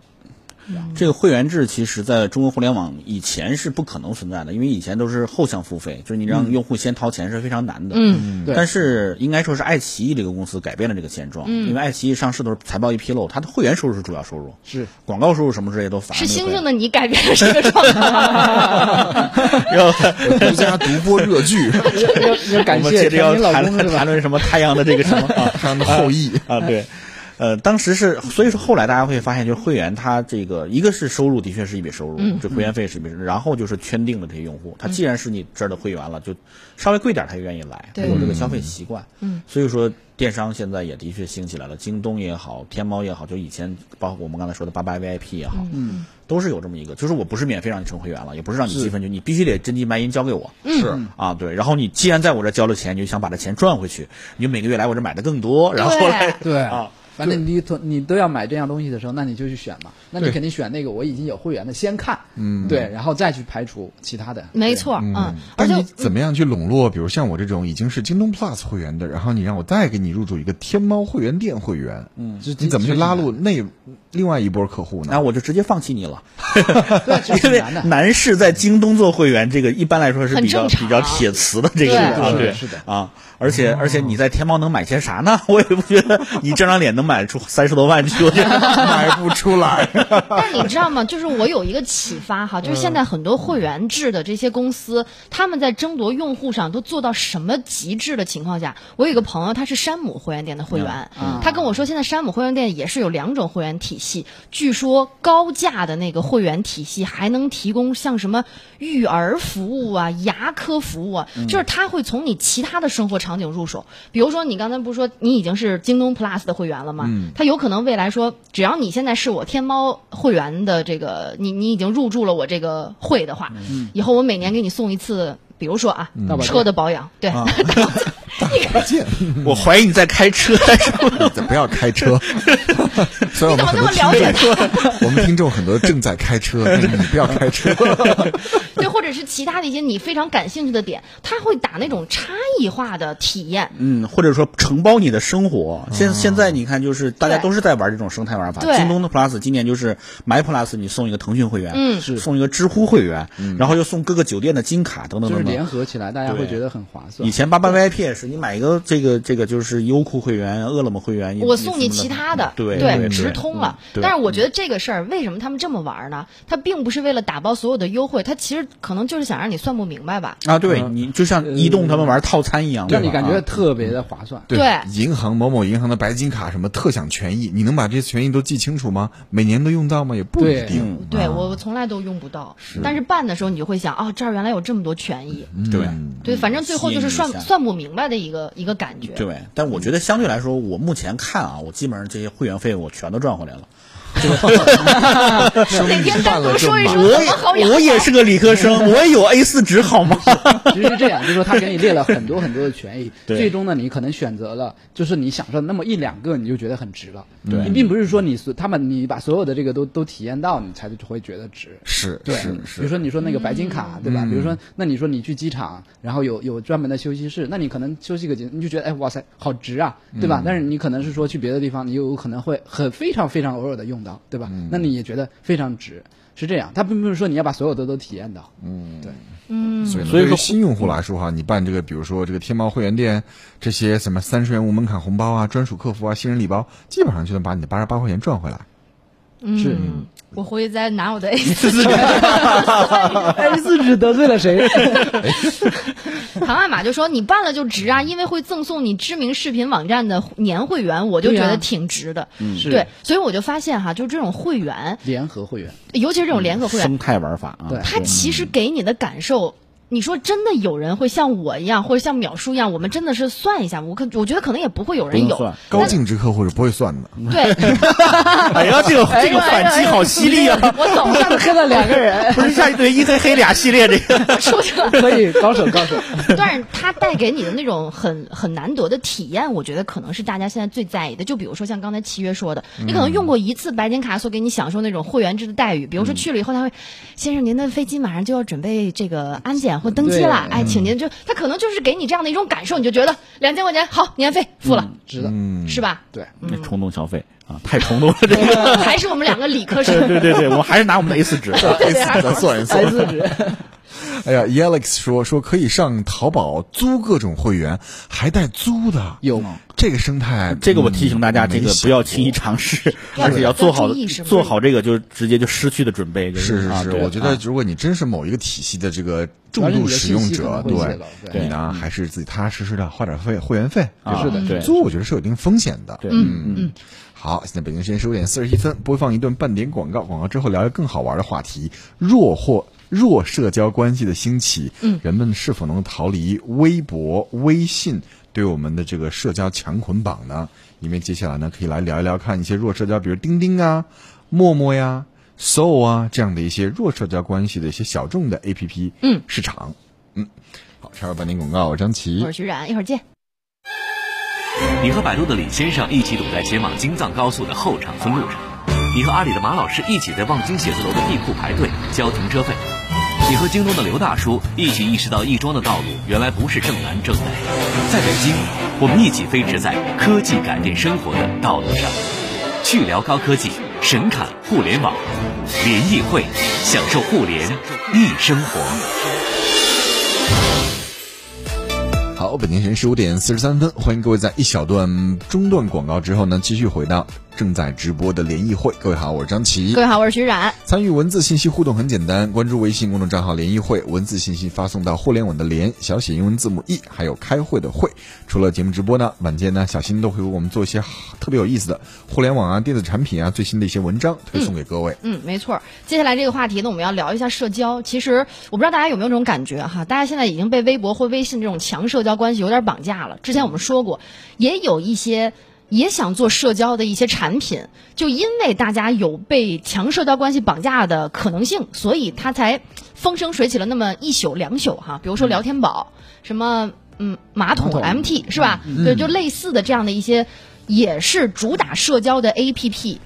[SPEAKER 4] 这个会员制其实在中国互联网以前是不可能存在的，因为以前都是后向付费，就是你让用户先掏钱是非常难的。
[SPEAKER 3] 嗯
[SPEAKER 5] 对
[SPEAKER 4] 但是应该说是爱奇艺这个公司改变了这个现状，
[SPEAKER 3] 嗯
[SPEAKER 4] 因为爱奇艺上市的时候财报一披露，它的会员收入是主要收入，
[SPEAKER 5] 是
[SPEAKER 4] 广告收入什么之类都反
[SPEAKER 3] 是
[SPEAKER 4] 而没有
[SPEAKER 3] 星星
[SPEAKER 4] (laughs)
[SPEAKER 3] 的你改变了这个状态，
[SPEAKER 4] 然后
[SPEAKER 2] 独家独播热剧《
[SPEAKER 5] 要要
[SPEAKER 4] 我
[SPEAKER 5] 感
[SPEAKER 4] 们
[SPEAKER 5] 谢
[SPEAKER 4] 接着要
[SPEAKER 5] 陈明老
[SPEAKER 4] 谈
[SPEAKER 5] 公是
[SPEAKER 4] 谈
[SPEAKER 5] 吧？
[SPEAKER 4] 论什么太阳的这个什么啊。
[SPEAKER 2] 他的后裔》
[SPEAKER 4] 啊，对，呃，当时是，所以说后来大家会发现，就是会员它这个一个是收入的确是一笔收入，就会员费是一笔收入，然后就是圈定了这些用户，他既然是你这儿的会员了，就稍微贵点儿他也愿意来，
[SPEAKER 3] 对
[SPEAKER 4] 有这个消费习惯，嗯，所以说电商现在也的确兴起来了，京东也好，天猫也好，就以前包括我们刚才说的八八 VIP 也好，嗯。都是有这么一个，就是我不是免费让你成会员了，也不是让你积分就你必须得真金白银交给我，
[SPEAKER 2] 是
[SPEAKER 4] 啊，对，然后你既然在我这交了钱，你就想把这钱赚回去，你就每个月来我这买的更多， (laughs) 然后
[SPEAKER 3] 对
[SPEAKER 4] 来
[SPEAKER 5] 对
[SPEAKER 4] 啊，
[SPEAKER 5] 反正你都你都要买这样东西的时候，那你就去选嘛。那你肯定选那个我已经有会员的，先看，嗯，对，然后再去排除其他的。
[SPEAKER 3] 没
[SPEAKER 5] 对，
[SPEAKER 3] 错，嗯，而
[SPEAKER 2] 但
[SPEAKER 3] 且
[SPEAKER 2] 你怎么样去笼络？比如像我这种已经是京东 Plus 会员的，然后你让我再给你入驻一个天猫会员店会员，嗯，
[SPEAKER 5] 就
[SPEAKER 2] 你怎么去拉入那另外一波客户
[SPEAKER 4] 那
[SPEAKER 2] 呢？
[SPEAKER 4] 我就直接放弃你了，
[SPEAKER 5] 对，这
[SPEAKER 4] 因
[SPEAKER 5] 挺
[SPEAKER 4] 为
[SPEAKER 5] 难的。
[SPEAKER 4] 男士在京东做会员，这个一般来说是比较
[SPEAKER 3] 很正常
[SPEAKER 4] 比较铁磁的这个
[SPEAKER 3] 对
[SPEAKER 4] 啊，
[SPEAKER 5] 是的
[SPEAKER 4] 对，
[SPEAKER 5] 是的
[SPEAKER 4] 啊，而且而且你在天猫能买些啥呢？ (laughs) 我也不觉得你这张脸能买出三十多万去，我觉得 (laughs)
[SPEAKER 2] 买不出 (laughs) 来，
[SPEAKER 3] (laughs) 但是你知道吗？就是我有一个启发哈，就是现在很多会员制的这些公司，他们在争夺用户上都做到什么极致的情况下？我有一个朋友，他是山姆会员店的会员，他跟我说，现在山姆会员店也是有两种会员体系，据说高价的那个会员体系还能提供像什么育儿服务啊、牙科服务啊，就是他会从你其他的生活场景入手，比如说你刚才不是说你已经是京东 Plus 的会员了吗？他有可能未来说，只要你现在是我天猫会员的这个，你你已经入驻了我这个会的话，以后我每年给你送一次，比如说啊，
[SPEAKER 5] 大保健
[SPEAKER 3] 车的保养，对，
[SPEAKER 4] 我怀疑你在开车， (laughs)
[SPEAKER 2] 不要开
[SPEAKER 3] (laughs)
[SPEAKER 2] 车。所以我
[SPEAKER 3] (laughs) 你怎
[SPEAKER 2] 们很多
[SPEAKER 3] 么那么
[SPEAKER 2] 听
[SPEAKER 3] 了解
[SPEAKER 2] 众，
[SPEAKER 3] 他？
[SPEAKER 2] 我们听众很多正在开
[SPEAKER 3] (laughs)
[SPEAKER 2] 车，但是你不要开车。
[SPEAKER 3] 对，或者是其他的一些你非常感兴趣的点，他会打那种差异化的体验，
[SPEAKER 4] 嗯，或者说承包你的生活。现、现在你看，就是大家
[SPEAKER 3] 对
[SPEAKER 4] 都是在玩这种生态玩法。
[SPEAKER 3] 嗯对
[SPEAKER 4] 京东的 Plus 今年就是 My Plus，你送一个腾讯会员，
[SPEAKER 3] 嗯
[SPEAKER 5] 是嗯
[SPEAKER 4] 送一个知乎会员，然后又送各个酒店的金卡等等
[SPEAKER 5] 就是
[SPEAKER 4] 等
[SPEAKER 5] 联
[SPEAKER 4] 等。
[SPEAKER 5] 合起来，大家
[SPEAKER 4] 对
[SPEAKER 5] 会觉得很划算
[SPEAKER 4] 以。前八八 VIP 也是，你买一个这个这个就是优酷会员、饿了么会员，
[SPEAKER 3] 我送你
[SPEAKER 4] 什么嗯
[SPEAKER 3] 其他的，
[SPEAKER 4] 对嗯
[SPEAKER 3] 直通了。
[SPEAKER 4] 对
[SPEAKER 3] 但是我觉得这个事儿为什么他们这么玩儿呢？他并不是为了打包所有的优惠，他其实可能就是想让你算不明白吧。
[SPEAKER 4] 啊，对
[SPEAKER 5] 嗯
[SPEAKER 4] 你就像移动他们玩套餐一样，
[SPEAKER 5] 让你
[SPEAKER 4] 对吧
[SPEAKER 5] 感觉
[SPEAKER 4] 啊
[SPEAKER 5] 特别的划算。
[SPEAKER 3] 对
[SPEAKER 2] 银行某某银行的白金卡什么特享权益，你能把这些权益都记清楚吗？每年都用到吗？也不一
[SPEAKER 5] 对
[SPEAKER 2] 定。
[SPEAKER 4] 嗯啊
[SPEAKER 3] 对我我从来都用不到，但是办的时候你就会想，哦，这儿原来有这么多权益。
[SPEAKER 4] 啊对。
[SPEAKER 5] 嗯
[SPEAKER 3] 对，反正最后就是
[SPEAKER 4] 嗯吸引
[SPEAKER 3] 算
[SPEAKER 4] 一下
[SPEAKER 3] 算不明白的一个一个感觉。
[SPEAKER 4] 对，但我觉得相对来说，我目前看啊，我基本上这些会员费我全都赚回来了。
[SPEAKER 3] 哪天单独说一说
[SPEAKER 4] 我
[SPEAKER 3] 怎么好
[SPEAKER 4] 也
[SPEAKER 3] 养。
[SPEAKER 4] 我也是个理科 (laughs) 生，我也有 A 四纸好 (laughs) 吗？
[SPEAKER 5] 其实是这样，就是说他给你列了很多很多的权 (laughs) 益，
[SPEAKER 4] 对
[SPEAKER 5] 最终呢，你可能选择了，就是你享受那么一两个，你就觉得很值了。
[SPEAKER 4] 对
[SPEAKER 5] 你并不是说你所他们你把所有的这个都都体验到，你才会觉得值。
[SPEAKER 2] 是
[SPEAKER 5] 对，
[SPEAKER 2] 是
[SPEAKER 5] 比如
[SPEAKER 2] 是，嗯
[SPEAKER 5] 说你说那个白金卡，对吧？比如说，那你说你去机场，然后有有专门的休息室，那你可能休息个几，你就觉得哎，哇塞，好值啊，对
[SPEAKER 2] 嗯
[SPEAKER 5] 吧？但是你可能是说去别的地方，你有可能会很非常非常偶尔的用到，对吧？
[SPEAKER 2] 嗯
[SPEAKER 5] 那你也觉得非常值，是这样。它并不是说你要把所有的都体验到，
[SPEAKER 2] 嗯
[SPEAKER 5] 嗯
[SPEAKER 2] 所以呢
[SPEAKER 4] 所以
[SPEAKER 2] 对于
[SPEAKER 4] 说
[SPEAKER 2] 新用户来说哈，你办这个，比如说这个天猫会员店，这些什么三十元无门槛红包啊、专属客服啊、新人礼包，基本上就能把你的八十八块钱赚回来。
[SPEAKER 5] 是。
[SPEAKER 3] 我回去再拿我的 A 四。
[SPEAKER 5] 哎，四指得罪了谁？ (laughs)
[SPEAKER 3] 唐艾玛就说：“你办了就值啊，因为会赠送你知名视频网站的年会员，我就觉
[SPEAKER 5] 对啊
[SPEAKER 3] 得挺值的。
[SPEAKER 5] 是
[SPEAKER 3] 对，所以我就发现哈，就这种会员，
[SPEAKER 5] 联合会员，
[SPEAKER 3] 尤其是这种联合会员，
[SPEAKER 4] 生态玩法啊，
[SPEAKER 5] 对
[SPEAKER 3] 它其实给你的感受你说真的有人会像我一样，或者像淼叔一样，我们真的是算一下，我可我觉得可能也不会有人
[SPEAKER 4] 不用
[SPEAKER 3] 有
[SPEAKER 4] 算。
[SPEAKER 2] 高净值客户是不会算的。
[SPEAKER 3] 对，
[SPEAKER 4] 哎呀，这个这个反击好犀利啊！
[SPEAKER 3] 我总算黑了两哎个人，
[SPEAKER 4] 不是一下一对一黑黑俩系列这个。
[SPEAKER 3] 说去了。
[SPEAKER 5] 可以高手高手，
[SPEAKER 3] 但是它带给你的那种很很难得的体验，我觉得可能是大家现在最在意的。就比如说像刚才契约说的，你可能用过一次白金卡所给你享受那种会员制的待遇，比如说去了以后他会，先生您的飞机马上就要准备这个安检或登机了，
[SPEAKER 5] 对
[SPEAKER 3] 哎，请您就他可能就是给你这样的一种感受，你就觉得两千块钱好年费付了，
[SPEAKER 5] 值得。
[SPEAKER 2] 嗯
[SPEAKER 3] 是吧？呃
[SPEAKER 5] 对，
[SPEAKER 4] 这冲动消费啊，太冲 (laughs) 动了！这个，
[SPEAKER 3] 还是我们两个理科生。
[SPEAKER 4] (laughs) 对对对，我还是拿我们的 A 四 (laughs) 纸。
[SPEAKER 2] 哎
[SPEAKER 5] 啊
[SPEAKER 2] 咱 (laughs) 算一算
[SPEAKER 5] 白。字值，
[SPEAKER 2] 哎呀，Alex 说说可以上淘宝租各种会员，还带租的。嗯
[SPEAKER 5] 有
[SPEAKER 2] 这个生态，
[SPEAKER 4] 这个我提醒大家，
[SPEAKER 2] 嗯
[SPEAKER 4] 这
[SPEAKER 2] 没
[SPEAKER 4] 个
[SPEAKER 2] 想
[SPEAKER 4] 不要
[SPEAKER 2] 过
[SPEAKER 4] 轻易尝试，
[SPEAKER 3] 要
[SPEAKER 4] (laughs) 而且要做好
[SPEAKER 3] 要注意是不是
[SPEAKER 4] 做好这个就直接就失去的准备。就是
[SPEAKER 2] 是
[SPEAKER 4] 啊
[SPEAKER 2] 是，
[SPEAKER 4] 对
[SPEAKER 2] 我觉得
[SPEAKER 4] 啊
[SPEAKER 2] 如果你真是某一个体系的这个
[SPEAKER 5] 要
[SPEAKER 2] 重
[SPEAKER 5] 是你
[SPEAKER 2] 度
[SPEAKER 5] 的
[SPEAKER 2] 使
[SPEAKER 5] 信
[SPEAKER 2] 用
[SPEAKER 5] 息可
[SPEAKER 2] 者
[SPEAKER 5] 能，会泄
[SPEAKER 2] 对
[SPEAKER 5] 露，对
[SPEAKER 2] 你呢还是自己踏踏实实的花点费会员费
[SPEAKER 4] 嗯啊
[SPEAKER 5] 是的
[SPEAKER 4] 对
[SPEAKER 2] 租我觉得是有一定风险的。
[SPEAKER 4] 对
[SPEAKER 2] 嗯嗯。好，现在北京时间十五点四十一分，播放一段半点广告，广告之后聊一个更好玩的话题：弱或弱社交关系的兴起，嗯，人们是否能逃离微博、微信对我们的这个社交强捆绑呢？因为接下来呢，可以来聊一聊看一些弱社交，比如钉钉啊、陌陌呀、Soul 啊这样的一些弱社交关系的一些小众的 APP
[SPEAKER 3] 嗯
[SPEAKER 2] 市场。嗯，好，插入半点广告，我是张琪，
[SPEAKER 3] 我是徐然，一会儿见。
[SPEAKER 1] 你和百度的李先生一起堵在前往京藏高速的后场村路上，你和阿里的马老师一起在望京写字楼的地库排队交停车费，你和京东的刘大叔一起意识到亦庄的道路原来不是正南正北，在北京，我们一起飞驰在科技改变生活的道路上，去聊高科技，神侃互联网，联谊会，享受互联易生活。
[SPEAKER 2] 好，北京时间十五点四十三分，欢迎各位在一小段中段广告之后呢，继续回到正在直播的联谊会。各位好，我是张琪
[SPEAKER 3] 各。位好，我是徐然。
[SPEAKER 2] 参与文字信息互动很简单，关注微信公众账号“联谊会”，文字信息发送到互联网的“联”小写英文字母 “e”，还有开会的“会”。除了节目直播呢，晚间呢，小新都会为我们做一些好特别有意思的互联网啊、电子产品啊最新的一些文章推送给各位。
[SPEAKER 3] 嗯，没错儿。接下来这个话题呢，我们要聊一下社交。其实我不知道大家有没有这种感觉哈，大家现在已经被微博或微信这种强社交关系有点绑架了。之前我们说过，也有一些也想做社交的一些产品，就因为大家有被强社交关系绑架的可能性，所以它才风生水起了那么一宿两宿哈。比如
[SPEAKER 2] 嗯
[SPEAKER 3] 说聊天宝，什么嗯马桶
[SPEAKER 5] 马桶
[SPEAKER 3] MT 是吧？
[SPEAKER 2] 嗯
[SPEAKER 3] 对，就类似的这样的一些，也是主打社交的 APP。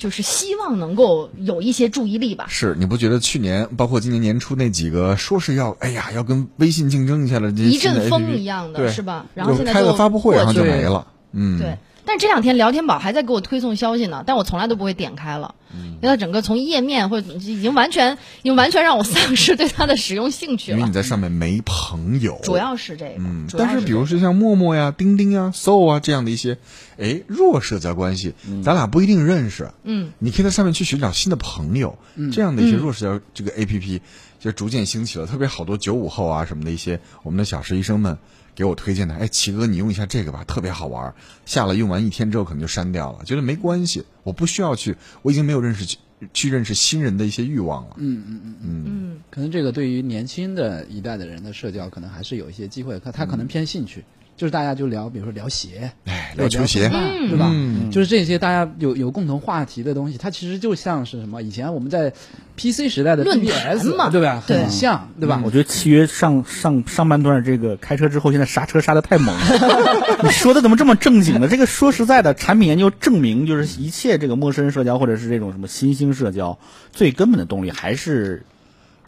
[SPEAKER 3] 就是希望能够有一些注意力吧。
[SPEAKER 2] 是你不觉得去年包括今年年初那几个说是要哎呀要跟微信竞争一下的这些
[SPEAKER 3] 一
[SPEAKER 2] 新的
[SPEAKER 3] 阵风
[SPEAKER 2] APP
[SPEAKER 3] 一样的
[SPEAKER 2] 对
[SPEAKER 3] 是吧然后
[SPEAKER 2] 就
[SPEAKER 3] 现在
[SPEAKER 2] 开
[SPEAKER 3] 就
[SPEAKER 2] 个发布会，啊
[SPEAKER 3] 过
[SPEAKER 2] 然后就
[SPEAKER 5] 去了
[SPEAKER 2] 没了。嗯，
[SPEAKER 3] 对，但这两天聊天宝还在给我推送消息呢，但我从来都不会点开了，
[SPEAKER 4] 嗯
[SPEAKER 3] 因为它整个从页面或者已经完全已经完全让我丧失对它的使用兴趣
[SPEAKER 2] 因为
[SPEAKER 3] 了
[SPEAKER 2] 你。在上面没朋友，
[SPEAKER 3] 主要是这个，
[SPEAKER 2] 嗯，
[SPEAKER 3] 主要
[SPEAKER 2] 但是
[SPEAKER 3] 这
[SPEAKER 2] 比如
[SPEAKER 3] 个
[SPEAKER 2] 说像陌陌呀、钉钉呀、搜啊这样的一些，哎，弱社交关系，咱俩不一定认识，
[SPEAKER 3] 嗯，
[SPEAKER 2] 你可以在上面去寻找新的朋友，这样的一些弱社交这个 A P P 就逐渐兴起了，特别好多九五后啊什么的一些我们的小实习生们给我推荐的，哎，奇哥你用一下这个吧，特别好玩，下了用完一天之后可能就删掉了，觉得没关系，我不需要去，我已经没有认识去去认识新人的一些欲望了，
[SPEAKER 5] 嗯嗯嗯嗯嗯， (laughs) 可能这个对于年轻的一代的人的社交，可能还是有一些机会，他他
[SPEAKER 2] 嗯
[SPEAKER 5] 可能偏兴趣。就是大家就聊，比如说聊鞋，
[SPEAKER 2] 哎，
[SPEAKER 5] 聊
[SPEAKER 2] 聊球鞋，
[SPEAKER 5] 对吧？
[SPEAKER 2] 嗯
[SPEAKER 5] 就是这些大家有有共同话题的东西，它其实就像是什么？以前我们在 PC 时代的
[SPEAKER 3] 论坛
[SPEAKER 5] BBS
[SPEAKER 3] 嘛
[SPEAKER 5] 对吧？
[SPEAKER 3] 对
[SPEAKER 5] 很像，对
[SPEAKER 2] 嗯
[SPEAKER 5] 吧？
[SPEAKER 4] 我觉得契约上上上半段这个开车之后，现在刹车刹的太猛了。 (laughs) 你说的怎么这么正经呢？这个说实在的，产品研究证明，就是一切这个陌生人社交或者是这种什么新兴社交，最根本的动力还是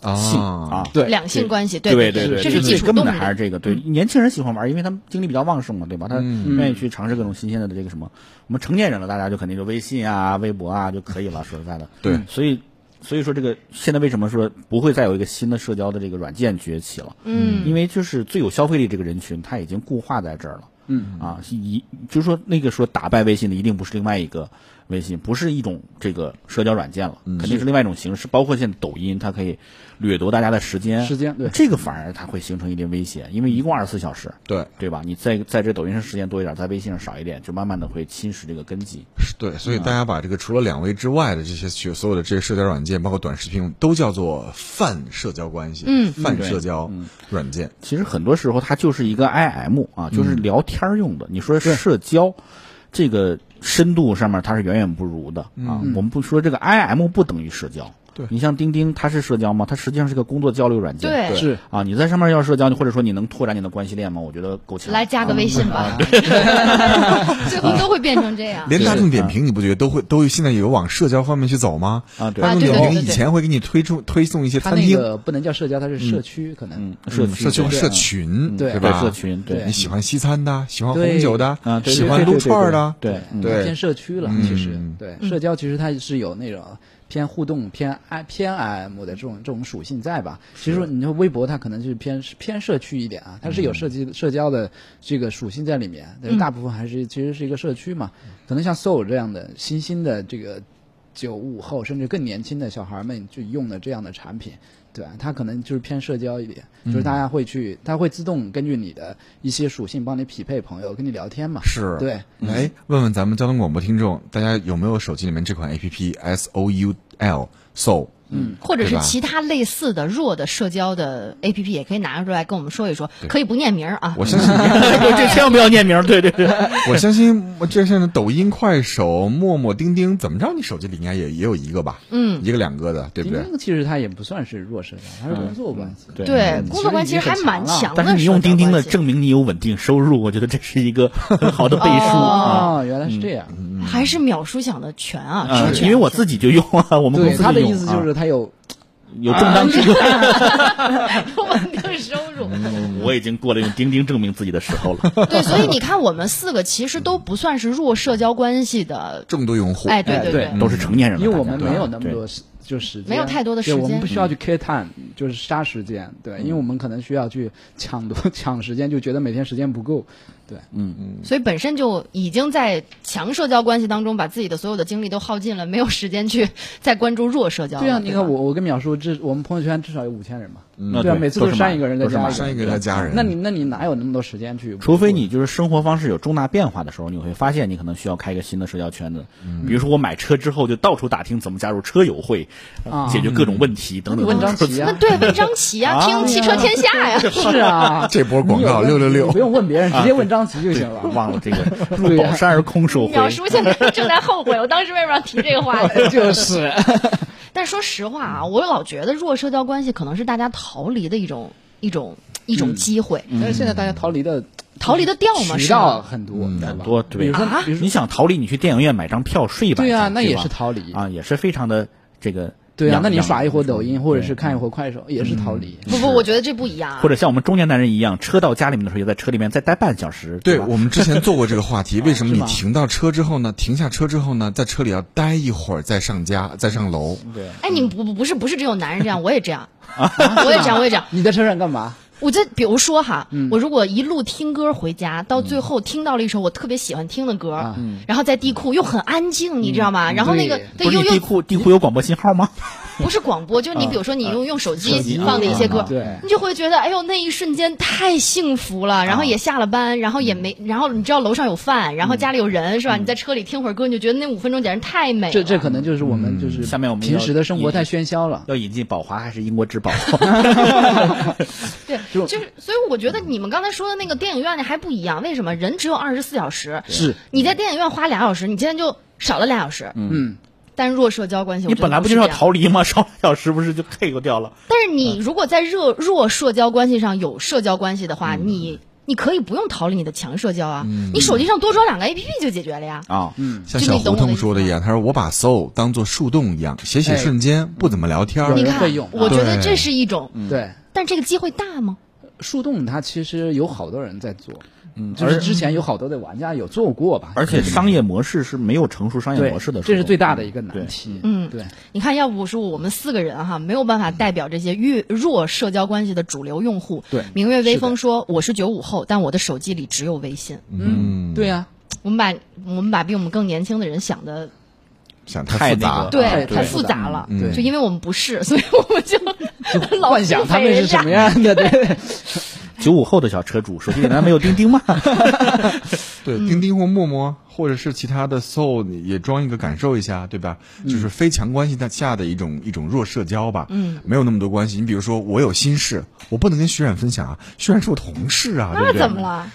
[SPEAKER 4] 性啊
[SPEAKER 2] 啊，。
[SPEAKER 5] 对
[SPEAKER 3] 嗯两性关系，
[SPEAKER 4] 对
[SPEAKER 3] 对
[SPEAKER 4] 对，
[SPEAKER 3] 这是基
[SPEAKER 4] 最
[SPEAKER 3] 础
[SPEAKER 4] 根
[SPEAKER 3] 动
[SPEAKER 4] 本
[SPEAKER 3] 力
[SPEAKER 4] 的嗯还是这个。对，年轻人喜欢玩，因为他们精力比较旺盛嘛，对吧？他愿意去尝试各种新鲜的这个什么。我们成年人了，大家就肯定就微信啊、微博啊就可以了。说实在的，嗯
[SPEAKER 2] 对
[SPEAKER 4] 所以所以说这个现在为什么说不会再有一个新的社交的这个软件崛起了？
[SPEAKER 3] 嗯，
[SPEAKER 4] 因为就是最有消费力这个人群，他已经固化在这儿了。嗯啊，是一就是说那个说打败微信的一定不是另外一个微信不是一种这个社交软件了，
[SPEAKER 5] 嗯
[SPEAKER 4] 肯定是另外一种形式。包括现在抖音，它可以掠夺大家的时间，
[SPEAKER 5] 时间对
[SPEAKER 4] 这个反而它会形成一定威胁，因为一共二十四小时，
[SPEAKER 2] 对
[SPEAKER 4] 对吧？你在在这抖音上时间多一点，在微信上少一点，就慢慢的会侵蚀这个根基。
[SPEAKER 2] 对，所以大家把这个除了两位之外的这些所所有的这些社交软件，包括短视频，都叫做泛社交关系，
[SPEAKER 3] 嗯
[SPEAKER 2] 泛
[SPEAKER 4] 对
[SPEAKER 2] 社交软件。
[SPEAKER 4] 其实很多时候它就是一个 IM 啊，就是
[SPEAKER 2] 嗯
[SPEAKER 4] 聊天儿用的。你说社交，这个深度上面它是远远不如的啊。我们不说这个 IM 不等于社交，
[SPEAKER 2] 嗯对
[SPEAKER 4] 你像钉钉，它是社交吗？它实际上是个工作交流软件。
[SPEAKER 3] 对
[SPEAKER 5] 是
[SPEAKER 4] 啊，你在上面要社交，或者说你能拓展你的关系链吗？我觉得够呛。
[SPEAKER 3] 来加个微信
[SPEAKER 4] 啊
[SPEAKER 3] 吧， (laughs) 最后都会变成这样。
[SPEAKER 2] 连大众点评，你不觉得都会都现在有往社交方面去走吗？
[SPEAKER 4] 啊对
[SPEAKER 2] 大众
[SPEAKER 3] 啊对
[SPEAKER 2] 点
[SPEAKER 3] 对
[SPEAKER 2] 评
[SPEAKER 3] 对
[SPEAKER 2] 以
[SPEAKER 3] 对
[SPEAKER 2] 前会给你推出推送一些
[SPEAKER 5] 它
[SPEAKER 2] 餐
[SPEAKER 5] 那
[SPEAKER 2] 厅、
[SPEAKER 5] 个不能叫社交，它是社区，可能
[SPEAKER 4] 嗯，社区
[SPEAKER 2] 社区和
[SPEAKER 4] 对
[SPEAKER 2] 社群，
[SPEAKER 5] 对
[SPEAKER 2] 是
[SPEAKER 4] 对
[SPEAKER 2] 吧？
[SPEAKER 4] 社群对
[SPEAKER 5] 对
[SPEAKER 2] 你喜欢西餐的，喜欢
[SPEAKER 5] 对
[SPEAKER 2] 红酒的
[SPEAKER 4] 啊，，对
[SPEAKER 2] 喜
[SPEAKER 4] 对
[SPEAKER 2] 欢
[SPEAKER 4] 对对
[SPEAKER 2] 撸串儿
[SPEAKER 4] 对
[SPEAKER 2] 的，
[SPEAKER 4] 对，嗯
[SPEAKER 2] 对
[SPEAKER 5] 偏社区了。
[SPEAKER 2] 嗯
[SPEAKER 5] 其实
[SPEAKER 2] 嗯
[SPEAKER 5] 对社交，其实它是有那种偏互动、偏 I 偏 IM 的这种这种属性在吧？其实你说微博，它可能就是偏偏社区一点
[SPEAKER 2] 嗯
[SPEAKER 5] 啊，它是有社区社交的这个属性在里面，但是大部分还是其实是一个社区嘛。可能像 Soul 这样的新兴的这个九五后甚至更年轻的小孩们就用的这样的产品，对吧？它可能就是偏社交一点，
[SPEAKER 2] 嗯
[SPEAKER 5] 就是大家会去，它会自动根据你的一些属性帮你匹配朋友，跟你聊天嘛。
[SPEAKER 2] 是，
[SPEAKER 5] 对。
[SPEAKER 2] 哎，问问咱们交通广播听众，大家有没有手机里面这款 A P P S O U L Soul？嗯，
[SPEAKER 3] 或者
[SPEAKER 2] 对
[SPEAKER 3] 是
[SPEAKER 2] 吧
[SPEAKER 3] 其他类似的弱的社交的 A P P 也可以拿出来跟我们说一说，可以不念名儿啊。
[SPEAKER 2] 我相信，
[SPEAKER 4] (laughs) 这千万不要念名儿，对对
[SPEAKER 3] (laughs)
[SPEAKER 4] 对，
[SPEAKER 2] (laughs) 我相信，我这现在抖音、快手、陌陌、钉钉，怎么着，你手机里应该也也有一个吧？
[SPEAKER 3] 嗯，
[SPEAKER 2] 一个两个的，对不
[SPEAKER 5] 钉
[SPEAKER 2] 对？
[SPEAKER 5] 钉其实它也不算是弱社交，它是工作关系。
[SPEAKER 4] 对
[SPEAKER 3] 对，工作关系其实还蛮强的。
[SPEAKER 4] 啊但是你用钉钉的
[SPEAKER 3] 社交
[SPEAKER 4] 证明你有稳定收入，我觉得这是一个很好的背书啊。
[SPEAKER 5] 哦，原来是这样。
[SPEAKER 3] 关系还是秒叔讲的全啊，
[SPEAKER 4] 啊
[SPEAKER 3] 周，全
[SPEAKER 4] 因为我自己就用啊，我们公
[SPEAKER 5] 对，
[SPEAKER 4] 司就
[SPEAKER 5] 他的
[SPEAKER 4] 用
[SPEAKER 5] 意思就
[SPEAKER 4] 啊
[SPEAKER 5] 是啊他有，
[SPEAKER 4] 有正当之
[SPEAKER 5] (laughs)
[SPEAKER 4] 用。
[SPEAKER 3] 稳定收入。
[SPEAKER 4] 我已经过了用钉钉证明自己的时候了。
[SPEAKER 3] 对，所以你看，我们四个其实都不算是弱社交关系的。
[SPEAKER 2] 众多用户，
[SPEAKER 3] 哎，对
[SPEAKER 5] 哎
[SPEAKER 3] 对，
[SPEAKER 4] 都是成年人了，
[SPEAKER 5] 因为我
[SPEAKER 4] 大
[SPEAKER 5] 们
[SPEAKER 4] 家
[SPEAKER 5] 没有那么。
[SPEAKER 4] 对
[SPEAKER 5] 多时就时间，
[SPEAKER 3] 没有太多的时
[SPEAKER 5] 对我
[SPEAKER 3] 间
[SPEAKER 5] 们不需要去 K time，就是杀时间。对，因为我们可能需要去抢夺 (laughs) 抢时间，就觉得每天时间不够。对，
[SPEAKER 3] 所以本身就已经在强社交关系当中，把自己的所有的精力都耗尽了，没有时间去再关注弱社交了。
[SPEAKER 5] 对啊，你看
[SPEAKER 3] 吧
[SPEAKER 5] 我我跟淼叔，这我们朋友圈至少有五千人嘛，
[SPEAKER 4] 那
[SPEAKER 5] 对啊，
[SPEAKER 4] 对
[SPEAKER 5] 每次
[SPEAKER 4] 都是
[SPEAKER 5] 删
[SPEAKER 4] 满
[SPEAKER 5] 一个人再
[SPEAKER 4] 都是
[SPEAKER 5] 加
[SPEAKER 4] 满
[SPEAKER 5] 一个
[SPEAKER 2] 删一
[SPEAKER 5] 人，
[SPEAKER 2] 个再加人，
[SPEAKER 5] 那你那你哪有那么多时间去？
[SPEAKER 4] 除非你就是生活方式有重大变化的时候，你会发现你可能需要开一个新的社交圈子。
[SPEAKER 5] 嗯
[SPEAKER 4] 比如说我买车之后就到处打听怎么加入车友会，
[SPEAKER 5] 啊
[SPEAKER 4] 解决各种问题等等。
[SPEAKER 5] 问张琪
[SPEAKER 3] 那
[SPEAKER 5] 啊，
[SPEAKER 3] 对问张琪啊，听《汽车天下》呀。
[SPEAKER 5] (laughs) (laughs) 是啊，
[SPEAKER 2] (laughs) 这波广告
[SPEAKER 5] 你有问
[SPEAKER 2] 666
[SPEAKER 5] 你不用问别人，直接问张琪就
[SPEAKER 4] 对
[SPEAKER 5] 行了。
[SPEAKER 4] (laughs) 忘了这
[SPEAKER 5] (laughs)
[SPEAKER 4] 个入宝山而空手回。
[SPEAKER 3] 淼叔现在正在后悔，我当时为什么要提这个话题？ (laughs)
[SPEAKER 5] 就是，
[SPEAKER 3] 但说实话啊，我老觉得弱社交关系可能是大家逃离的一种一种一种机会，
[SPEAKER 5] 但是现在大家逃离的
[SPEAKER 3] 逃离的调嘛
[SPEAKER 5] 嗯渠
[SPEAKER 3] 是吗
[SPEAKER 5] 道很多，对吧
[SPEAKER 4] 嗯很多对，
[SPEAKER 5] 比如说
[SPEAKER 3] 啊，
[SPEAKER 5] 比如说
[SPEAKER 4] 你想逃离，你去电影院买张票睡一晚上，
[SPEAKER 5] 对啊，那也
[SPEAKER 4] 吧
[SPEAKER 5] 是逃离。
[SPEAKER 4] 啊，也是非常的这个。
[SPEAKER 5] 对啊
[SPEAKER 4] 养，
[SPEAKER 5] 那你
[SPEAKER 4] 养
[SPEAKER 5] 耍一会儿抖音，或者
[SPEAKER 4] 对嗯
[SPEAKER 5] 是看一会儿快手，也是逃离。
[SPEAKER 3] 不不，我觉得这不一样啊。
[SPEAKER 4] 或者像我们中年男人一样，车到家里面的时候，也在车里面再待半小时，
[SPEAKER 2] 对
[SPEAKER 4] 吧？
[SPEAKER 2] 我们之前做过这个
[SPEAKER 5] (laughs)
[SPEAKER 2] 话题，为什么
[SPEAKER 5] 是
[SPEAKER 2] 你
[SPEAKER 5] 吗
[SPEAKER 2] 停到车之后呢？停下车之后呢，在车里要待一会儿，再上家，再上楼。
[SPEAKER 3] 哎，
[SPEAKER 4] 嗯
[SPEAKER 3] 你们不不不是不是只有男人这
[SPEAKER 4] (laughs)
[SPEAKER 3] 样，我也这样，
[SPEAKER 4] 啊
[SPEAKER 3] 我也这样，我也这样。
[SPEAKER 5] 你在车上干嘛？
[SPEAKER 3] 我这比如说哈，
[SPEAKER 4] 嗯
[SPEAKER 3] 我如果一路听歌回家，到最后听到了一首我特别喜欢听的
[SPEAKER 4] 啊
[SPEAKER 3] 歌，然后在地库又很安静，你知道吗？然后那个
[SPEAKER 4] 嗯不
[SPEAKER 3] 对
[SPEAKER 4] 是
[SPEAKER 3] 又
[SPEAKER 4] 你地
[SPEAKER 3] 又
[SPEAKER 4] 库地库有广播信号吗？ (laughs)
[SPEAKER 3] 不是广播，就是你比如说你用用手
[SPEAKER 4] 啊手机
[SPEAKER 3] 机放的一些歌
[SPEAKER 5] 啊，对
[SPEAKER 3] 你就会觉得哎呦那一瞬间太幸福了，
[SPEAKER 4] 啊
[SPEAKER 3] 然后也下了班，然后
[SPEAKER 4] 嗯
[SPEAKER 3] 也没，然后你知道楼上有饭，然后家里有人是吧？你在车里听会儿歌，你就觉得那五分钟简直太美了。
[SPEAKER 5] 这这可能就是我们就是
[SPEAKER 4] 嗯下面我们
[SPEAKER 5] 平
[SPEAKER 4] 要
[SPEAKER 5] 时的生活
[SPEAKER 4] 引
[SPEAKER 5] 太喧嚣了。
[SPEAKER 4] 要引进宝华还是英国之宝？
[SPEAKER 3] 对，
[SPEAKER 5] 就
[SPEAKER 3] 就是，所以我觉得你们刚才说的那个电影院那还不一样，为什么？人只有二十四小时，
[SPEAKER 5] 是
[SPEAKER 3] 你在电影院花俩小时，你今天就少了俩小时，
[SPEAKER 5] 嗯，
[SPEAKER 3] 但弱社交关系，
[SPEAKER 4] 你
[SPEAKER 3] 我觉得
[SPEAKER 4] 本来不
[SPEAKER 3] 不
[SPEAKER 4] 就
[SPEAKER 3] 这
[SPEAKER 4] 是要
[SPEAKER 3] 样
[SPEAKER 4] 逃离吗？ (laughs) 少两小时不是就 K 掉了？
[SPEAKER 3] 但是你如果在热弱社交关系上有社交关系的话，
[SPEAKER 4] 嗯
[SPEAKER 3] 你你可以不用逃离你的强社交啊，你手机上多装两个 A P P 就解决了呀。
[SPEAKER 4] 啊，
[SPEAKER 2] 像
[SPEAKER 3] 就
[SPEAKER 2] 小
[SPEAKER 3] 你
[SPEAKER 2] 胡
[SPEAKER 3] 懂我的
[SPEAKER 2] 同
[SPEAKER 3] 意思
[SPEAKER 2] 说的一
[SPEAKER 3] 吗
[SPEAKER 2] 样，他说我把 soul 当做树洞一样，写写
[SPEAKER 5] 哎
[SPEAKER 2] 瞬间，不怎么聊天儿。
[SPEAKER 5] 有
[SPEAKER 3] 你
[SPEAKER 5] 人
[SPEAKER 3] 看
[SPEAKER 5] 会用，啊
[SPEAKER 3] 我觉得
[SPEAKER 2] 对
[SPEAKER 3] 这是一种，
[SPEAKER 4] 嗯
[SPEAKER 5] 对。
[SPEAKER 3] 但这个机会大吗？
[SPEAKER 5] 树洞它其实有好多人在做，嗯，就是之前有好多的玩家有做过吧。
[SPEAKER 4] 而且商业模式是没有成熟商业
[SPEAKER 5] 对
[SPEAKER 4] 模式的，嗯
[SPEAKER 5] 这是最大
[SPEAKER 4] 的。
[SPEAKER 5] 的一个难题。
[SPEAKER 3] 嗯
[SPEAKER 5] 对，
[SPEAKER 3] 你看，要不是我们四个人哈，没有办法代表这些越弱社交关系的主流用户。
[SPEAKER 5] 对
[SPEAKER 3] 明月微
[SPEAKER 5] 是的
[SPEAKER 3] 风说我是九五后，但我的手机里只有微信。
[SPEAKER 5] 嗯，对呀，
[SPEAKER 3] 我们把我们把比我们更年轻的人想的
[SPEAKER 2] 想
[SPEAKER 4] 太
[SPEAKER 2] 太复
[SPEAKER 4] 那
[SPEAKER 2] 杂
[SPEAKER 4] 个，
[SPEAKER 3] 对，
[SPEAKER 5] 对
[SPEAKER 3] 太复杂了。
[SPEAKER 5] 嗯对
[SPEAKER 3] 就因为我们不是， (laughs) 所以我
[SPEAKER 5] (laughs)
[SPEAKER 3] 们就老
[SPEAKER 5] 幻想
[SPEAKER 3] 付
[SPEAKER 5] 他
[SPEAKER 3] 费
[SPEAKER 5] 们是
[SPEAKER 3] 人家
[SPEAKER 5] 什么样的？对， (laughs)
[SPEAKER 4] 九五后的小车主，手机里难道没有钉钉吗？
[SPEAKER 2] 对，
[SPEAKER 3] 嗯
[SPEAKER 2] 钉钉或陌陌，或者是其他的 Soul 也装一个感受一下，对吧？
[SPEAKER 3] 嗯
[SPEAKER 2] 就是非强关系下的一种一种弱社交吧。嗯，没有那么多关系。你比如说，我有心事，我不能跟徐冉分享啊，徐冉是我同事啊，对
[SPEAKER 3] 那
[SPEAKER 2] 不对？
[SPEAKER 3] 怎么？了？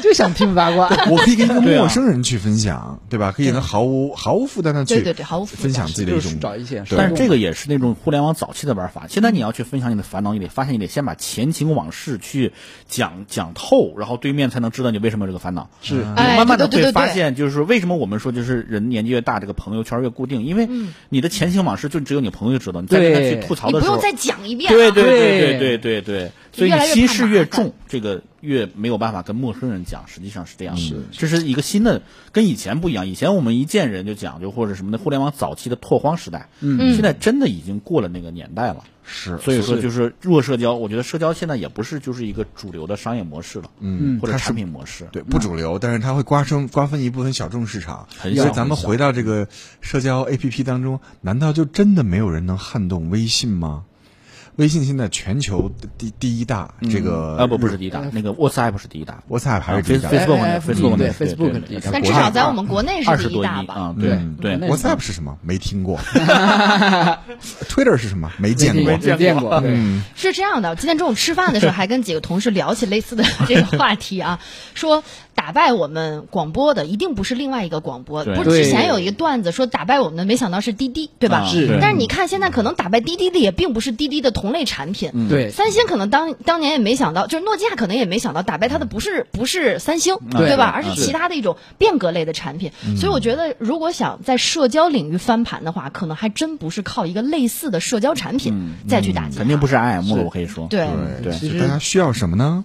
[SPEAKER 5] 就想听八卦。
[SPEAKER 2] 我可以跟一个
[SPEAKER 4] 对啊
[SPEAKER 2] 陌生人去分享，对吧？可以能毫无毫无负担的去
[SPEAKER 3] 对对对毫无负担
[SPEAKER 2] 分享自己的一
[SPEAKER 5] 就是
[SPEAKER 2] 种
[SPEAKER 5] 找一些
[SPEAKER 2] 对
[SPEAKER 4] 但是这个也是那种互联网早期的玩法。现在你要去分享你的烦恼，你得发现你得先把前情往事去讲讲透，然后对面才能知道你为什么有这个烦恼。
[SPEAKER 5] 是
[SPEAKER 4] 啊你
[SPEAKER 3] 哎
[SPEAKER 4] 慢慢的
[SPEAKER 3] 对对
[SPEAKER 4] 会
[SPEAKER 3] 对对
[SPEAKER 4] 发
[SPEAKER 3] 对
[SPEAKER 4] 现，就是说为什么我们说就是人年纪越大，这个朋友圈越固定，因为
[SPEAKER 3] 嗯
[SPEAKER 4] 你的前情往事就只有你朋友知道，你再跟他
[SPEAKER 5] 对
[SPEAKER 4] 去吐槽
[SPEAKER 3] 你
[SPEAKER 4] 的
[SPEAKER 3] 不
[SPEAKER 4] 时候
[SPEAKER 3] 用，再讲一遍啊了。
[SPEAKER 4] 对对对
[SPEAKER 5] 嗯对
[SPEAKER 4] 对对对，所以
[SPEAKER 3] 越
[SPEAKER 4] 你
[SPEAKER 3] 来越
[SPEAKER 4] 心
[SPEAKER 3] 怕
[SPEAKER 4] 事
[SPEAKER 3] 麻
[SPEAKER 4] 越
[SPEAKER 3] 烦
[SPEAKER 4] 重，这个越没有办法跟陌生人讲，实际上是这样的。这是一个新的，跟以前不一样。以前我们一见人就讲究或者什么的，互联网早期的拓荒时代，嗯，现在真的已经过了那个年代了。
[SPEAKER 2] 是，
[SPEAKER 4] 所以说，就是弱社交，我觉得社交现在也不是就是一个主流的商业模式了，嗯，或者
[SPEAKER 2] 它是
[SPEAKER 4] 产品模式。
[SPEAKER 2] 对，不主流，但是它会瓜分瓜分一部分小众市场。
[SPEAKER 4] 嗯很
[SPEAKER 2] 所以
[SPEAKER 4] 小
[SPEAKER 2] 咱们
[SPEAKER 4] 很小
[SPEAKER 2] 回到这个社交 APP 当中，难道就真的没有人能撼动微信吗？微信现在全球第第一大，这个
[SPEAKER 4] 啊不不是第一大，那个 WhatsApp 是第一大啊
[SPEAKER 2] WhatsApp 呃还是第一大
[SPEAKER 4] Facebook
[SPEAKER 5] 哎
[SPEAKER 4] 呢
[SPEAKER 5] 哎
[SPEAKER 4] ？Facebook
[SPEAKER 5] 对
[SPEAKER 4] 呢
[SPEAKER 5] Facebook
[SPEAKER 4] 对
[SPEAKER 5] 第一大
[SPEAKER 4] 对
[SPEAKER 3] 但至少在我们国内
[SPEAKER 4] 二
[SPEAKER 3] 是
[SPEAKER 4] 十
[SPEAKER 3] 第一
[SPEAKER 4] 多
[SPEAKER 3] 大
[SPEAKER 4] 亿
[SPEAKER 3] 吧？
[SPEAKER 4] 啊，对
[SPEAKER 5] 嗯
[SPEAKER 4] 对，
[SPEAKER 5] 那
[SPEAKER 2] WhatsApp 是什么？没听
[SPEAKER 4] (laughs)
[SPEAKER 2] 过。Twitter 是什么？没见过
[SPEAKER 5] 没。见过，
[SPEAKER 4] 嗯
[SPEAKER 5] 对
[SPEAKER 3] 是这样的，今天中午吃饭的
[SPEAKER 4] (laughs)
[SPEAKER 3] 时候还跟几个同事聊起类似的 (laughs) 这个话题啊，说打败我们广播的一定不是另外一个广播，
[SPEAKER 4] 对
[SPEAKER 3] 不是之
[SPEAKER 5] 对
[SPEAKER 3] 前有一个段子说打败我们的没想到是滴滴，对吧？
[SPEAKER 4] 啊是
[SPEAKER 3] 但是你看现在可能打败滴滴的也并不是滴滴的同类产品，
[SPEAKER 4] 嗯
[SPEAKER 5] 对
[SPEAKER 3] 三星可能当当年也没想到，就是诺基亚可能也没想到打败它的不是不是三星，
[SPEAKER 5] 对
[SPEAKER 3] 吧？
[SPEAKER 5] 啊
[SPEAKER 3] 而是
[SPEAKER 4] 嗯是嗯
[SPEAKER 3] 其他的一种变革类的产品。所以我觉得，如果想在社交领域翻盘的话，可能还真不是靠一个类似的社交产品再去打击它，
[SPEAKER 4] 嗯肯定不是 IM 了，我可以说。
[SPEAKER 3] 对。
[SPEAKER 4] 对嗯
[SPEAKER 5] 其
[SPEAKER 2] 就
[SPEAKER 5] 实
[SPEAKER 2] 大家需要什么呢？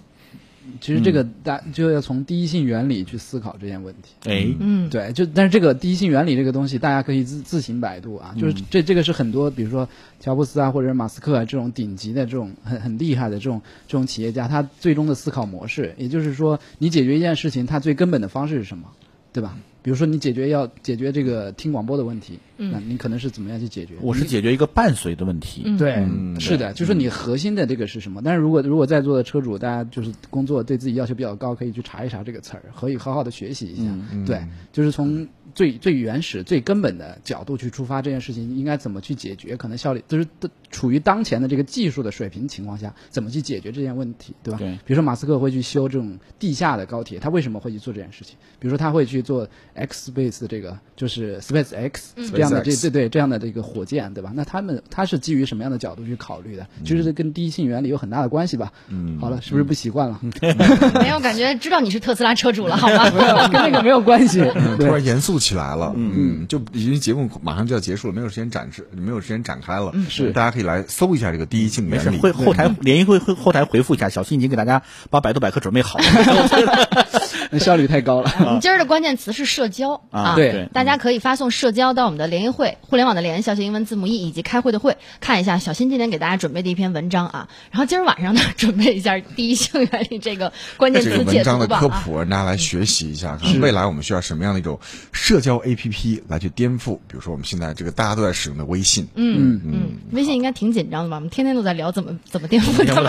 [SPEAKER 5] 其实这个大就要从第一性原理去思考这件问题。
[SPEAKER 4] 哎，
[SPEAKER 3] 嗯，
[SPEAKER 5] 对，就但是这个第一性原理这个东西，大家可以自自行百度啊。就是这这个是很多，比如说乔布斯啊，或者是马斯克啊这种顶级的这种很很厉害的这种这种企业家，他最终的思考模式，也就是说，你解决一件事情，它最根本的方式是什么，对吧？比如说你解决要解决这个听广播的问题，那你可能是怎么样去解决？
[SPEAKER 4] 我是解决一个伴随的问题。
[SPEAKER 3] 嗯
[SPEAKER 5] 对，嗯是的，就是你核心的这个是什么？但是如果如果在座的车主，大家就是工作对自己要求比较高，可以去查一查这个词儿，可以好好的学习一下。对，就是从最最原始、最根本的角度去出发，这件事情应该怎么去解决？可能效率就是处于当前的这个技术的水平情况下，怎么去解决这件问题，对吧？
[SPEAKER 4] 对
[SPEAKER 5] 比如说马斯克会去修这种地下的高铁，他为什么会去做这件事情？比如说他会去做 X Space 这个，就是 Space X 这样的这
[SPEAKER 2] SpaceX
[SPEAKER 5] 对对这样的这个火箭，对吧？那他们他是基于什么样的角度去考虑的？其实这跟第一性原理有很大的关系吧。嗯，好了，是不是不习惯了？
[SPEAKER 3] 没有感觉，知道你是特斯拉车主了，
[SPEAKER 2] (laughs)
[SPEAKER 3] 好吗？
[SPEAKER 5] 没有， (laughs)
[SPEAKER 2] 啊
[SPEAKER 3] (laughs)
[SPEAKER 5] 跟那个没有关 (laughs) 系。
[SPEAKER 2] 突
[SPEAKER 5] 对
[SPEAKER 2] 然严肃起来了，嗯，就因为节目马上就要结束了，没有时间展示，没有时间展开了，
[SPEAKER 5] 是
[SPEAKER 2] 大家可以来搜一下这个第一性
[SPEAKER 4] 嗯没事
[SPEAKER 2] 原理，。
[SPEAKER 4] 会后
[SPEAKER 3] 嗯
[SPEAKER 4] 台联谊会会后台回复一下，小新已经给大家把百度百科准备好了。
[SPEAKER 5] 那效率太高了。
[SPEAKER 3] 我们今儿的关键词是社交
[SPEAKER 4] 啊
[SPEAKER 5] 对
[SPEAKER 3] 大家可以发送“社交”到我们的联谊
[SPEAKER 2] 嗯
[SPEAKER 3] 会，互联网的联，小写英文字母 e 以及开会的会，看一下小新今天给大家准备的一篇文章啊。然后今儿晚上呢，准备一下第一性原理这个关键
[SPEAKER 2] 这
[SPEAKER 3] 词
[SPEAKER 2] 个
[SPEAKER 3] 解
[SPEAKER 2] 文章
[SPEAKER 3] 读
[SPEAKER 2] 的
[SPEAKER 3] 吧
[SPEAKER 2] 科
[SPEAKER 3] 啊。
[SPEAKER 2] 普，让大家来学习一下，看未来我们需要什么样的一种社交 APP 来去颠覆，比如说我们现在这个大家都在使用的微信，
[SPEAKER 3] 嗯嗯，微信应该挺紧张的吧？我们天天都在聊怎么 (laughs) 怎么颠
[SPEAKER 2] (laughs)
[SPEAKER 3] 覆他们。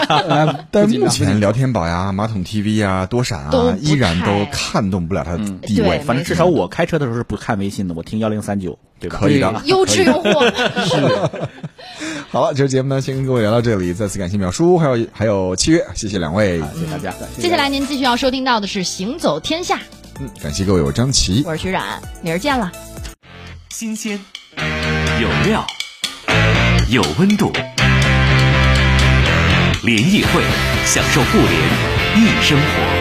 [SPEAKER 5] 呃，
[SPEAKER 2] 但
[SPEAKER 5] 不
[SPEAKER 2] 是
[SPEAKER 5] 紧
[SPEAKER 2] 目
[SPEAKER 5] 张
[SPEAKER 2] 前聊天宝呀、马桶 TV 呀、多闪
[SPEAKER 3] 都
[SPEAKER 2] 啊
[SPEAKER 3] 不，
[SPEAKER 2] 依然都
[SPEAKER 3] 太
[SPEAKER 2] 撼动不了它的地
[SPEAKER 3] 对
[SPEAKER 4] (laughs)
[SPEAKER 2] 位，
[SPEAKER 4] 反正至少我开车的时候是不看微信的，我听幺零三九，对吧？
[SPEAKER 2] 可以的。
[SPEAKER 3] (laughs) 优质
[SPEAKER 2] (laughs)
[SPEAKER 3] 用户，
[SPEAKER 2] 好了，这期节目呢，先跟各位聊到这里，再次感谢淼叔，还有还有七月，谢谢两位，
[SPEAKER 4] 谢谢大家。
[SPEAKER 3] 接下来您继续要收听到的是《行走天下》，
[SPEAKER 2] 嗯感谢各位，我是张琪，
[SPEAKER 3] 我是徐冉，明儿见了。
[SPEAKER 1] 新鲜，有料，有温度。联谊会，享受互联易生活。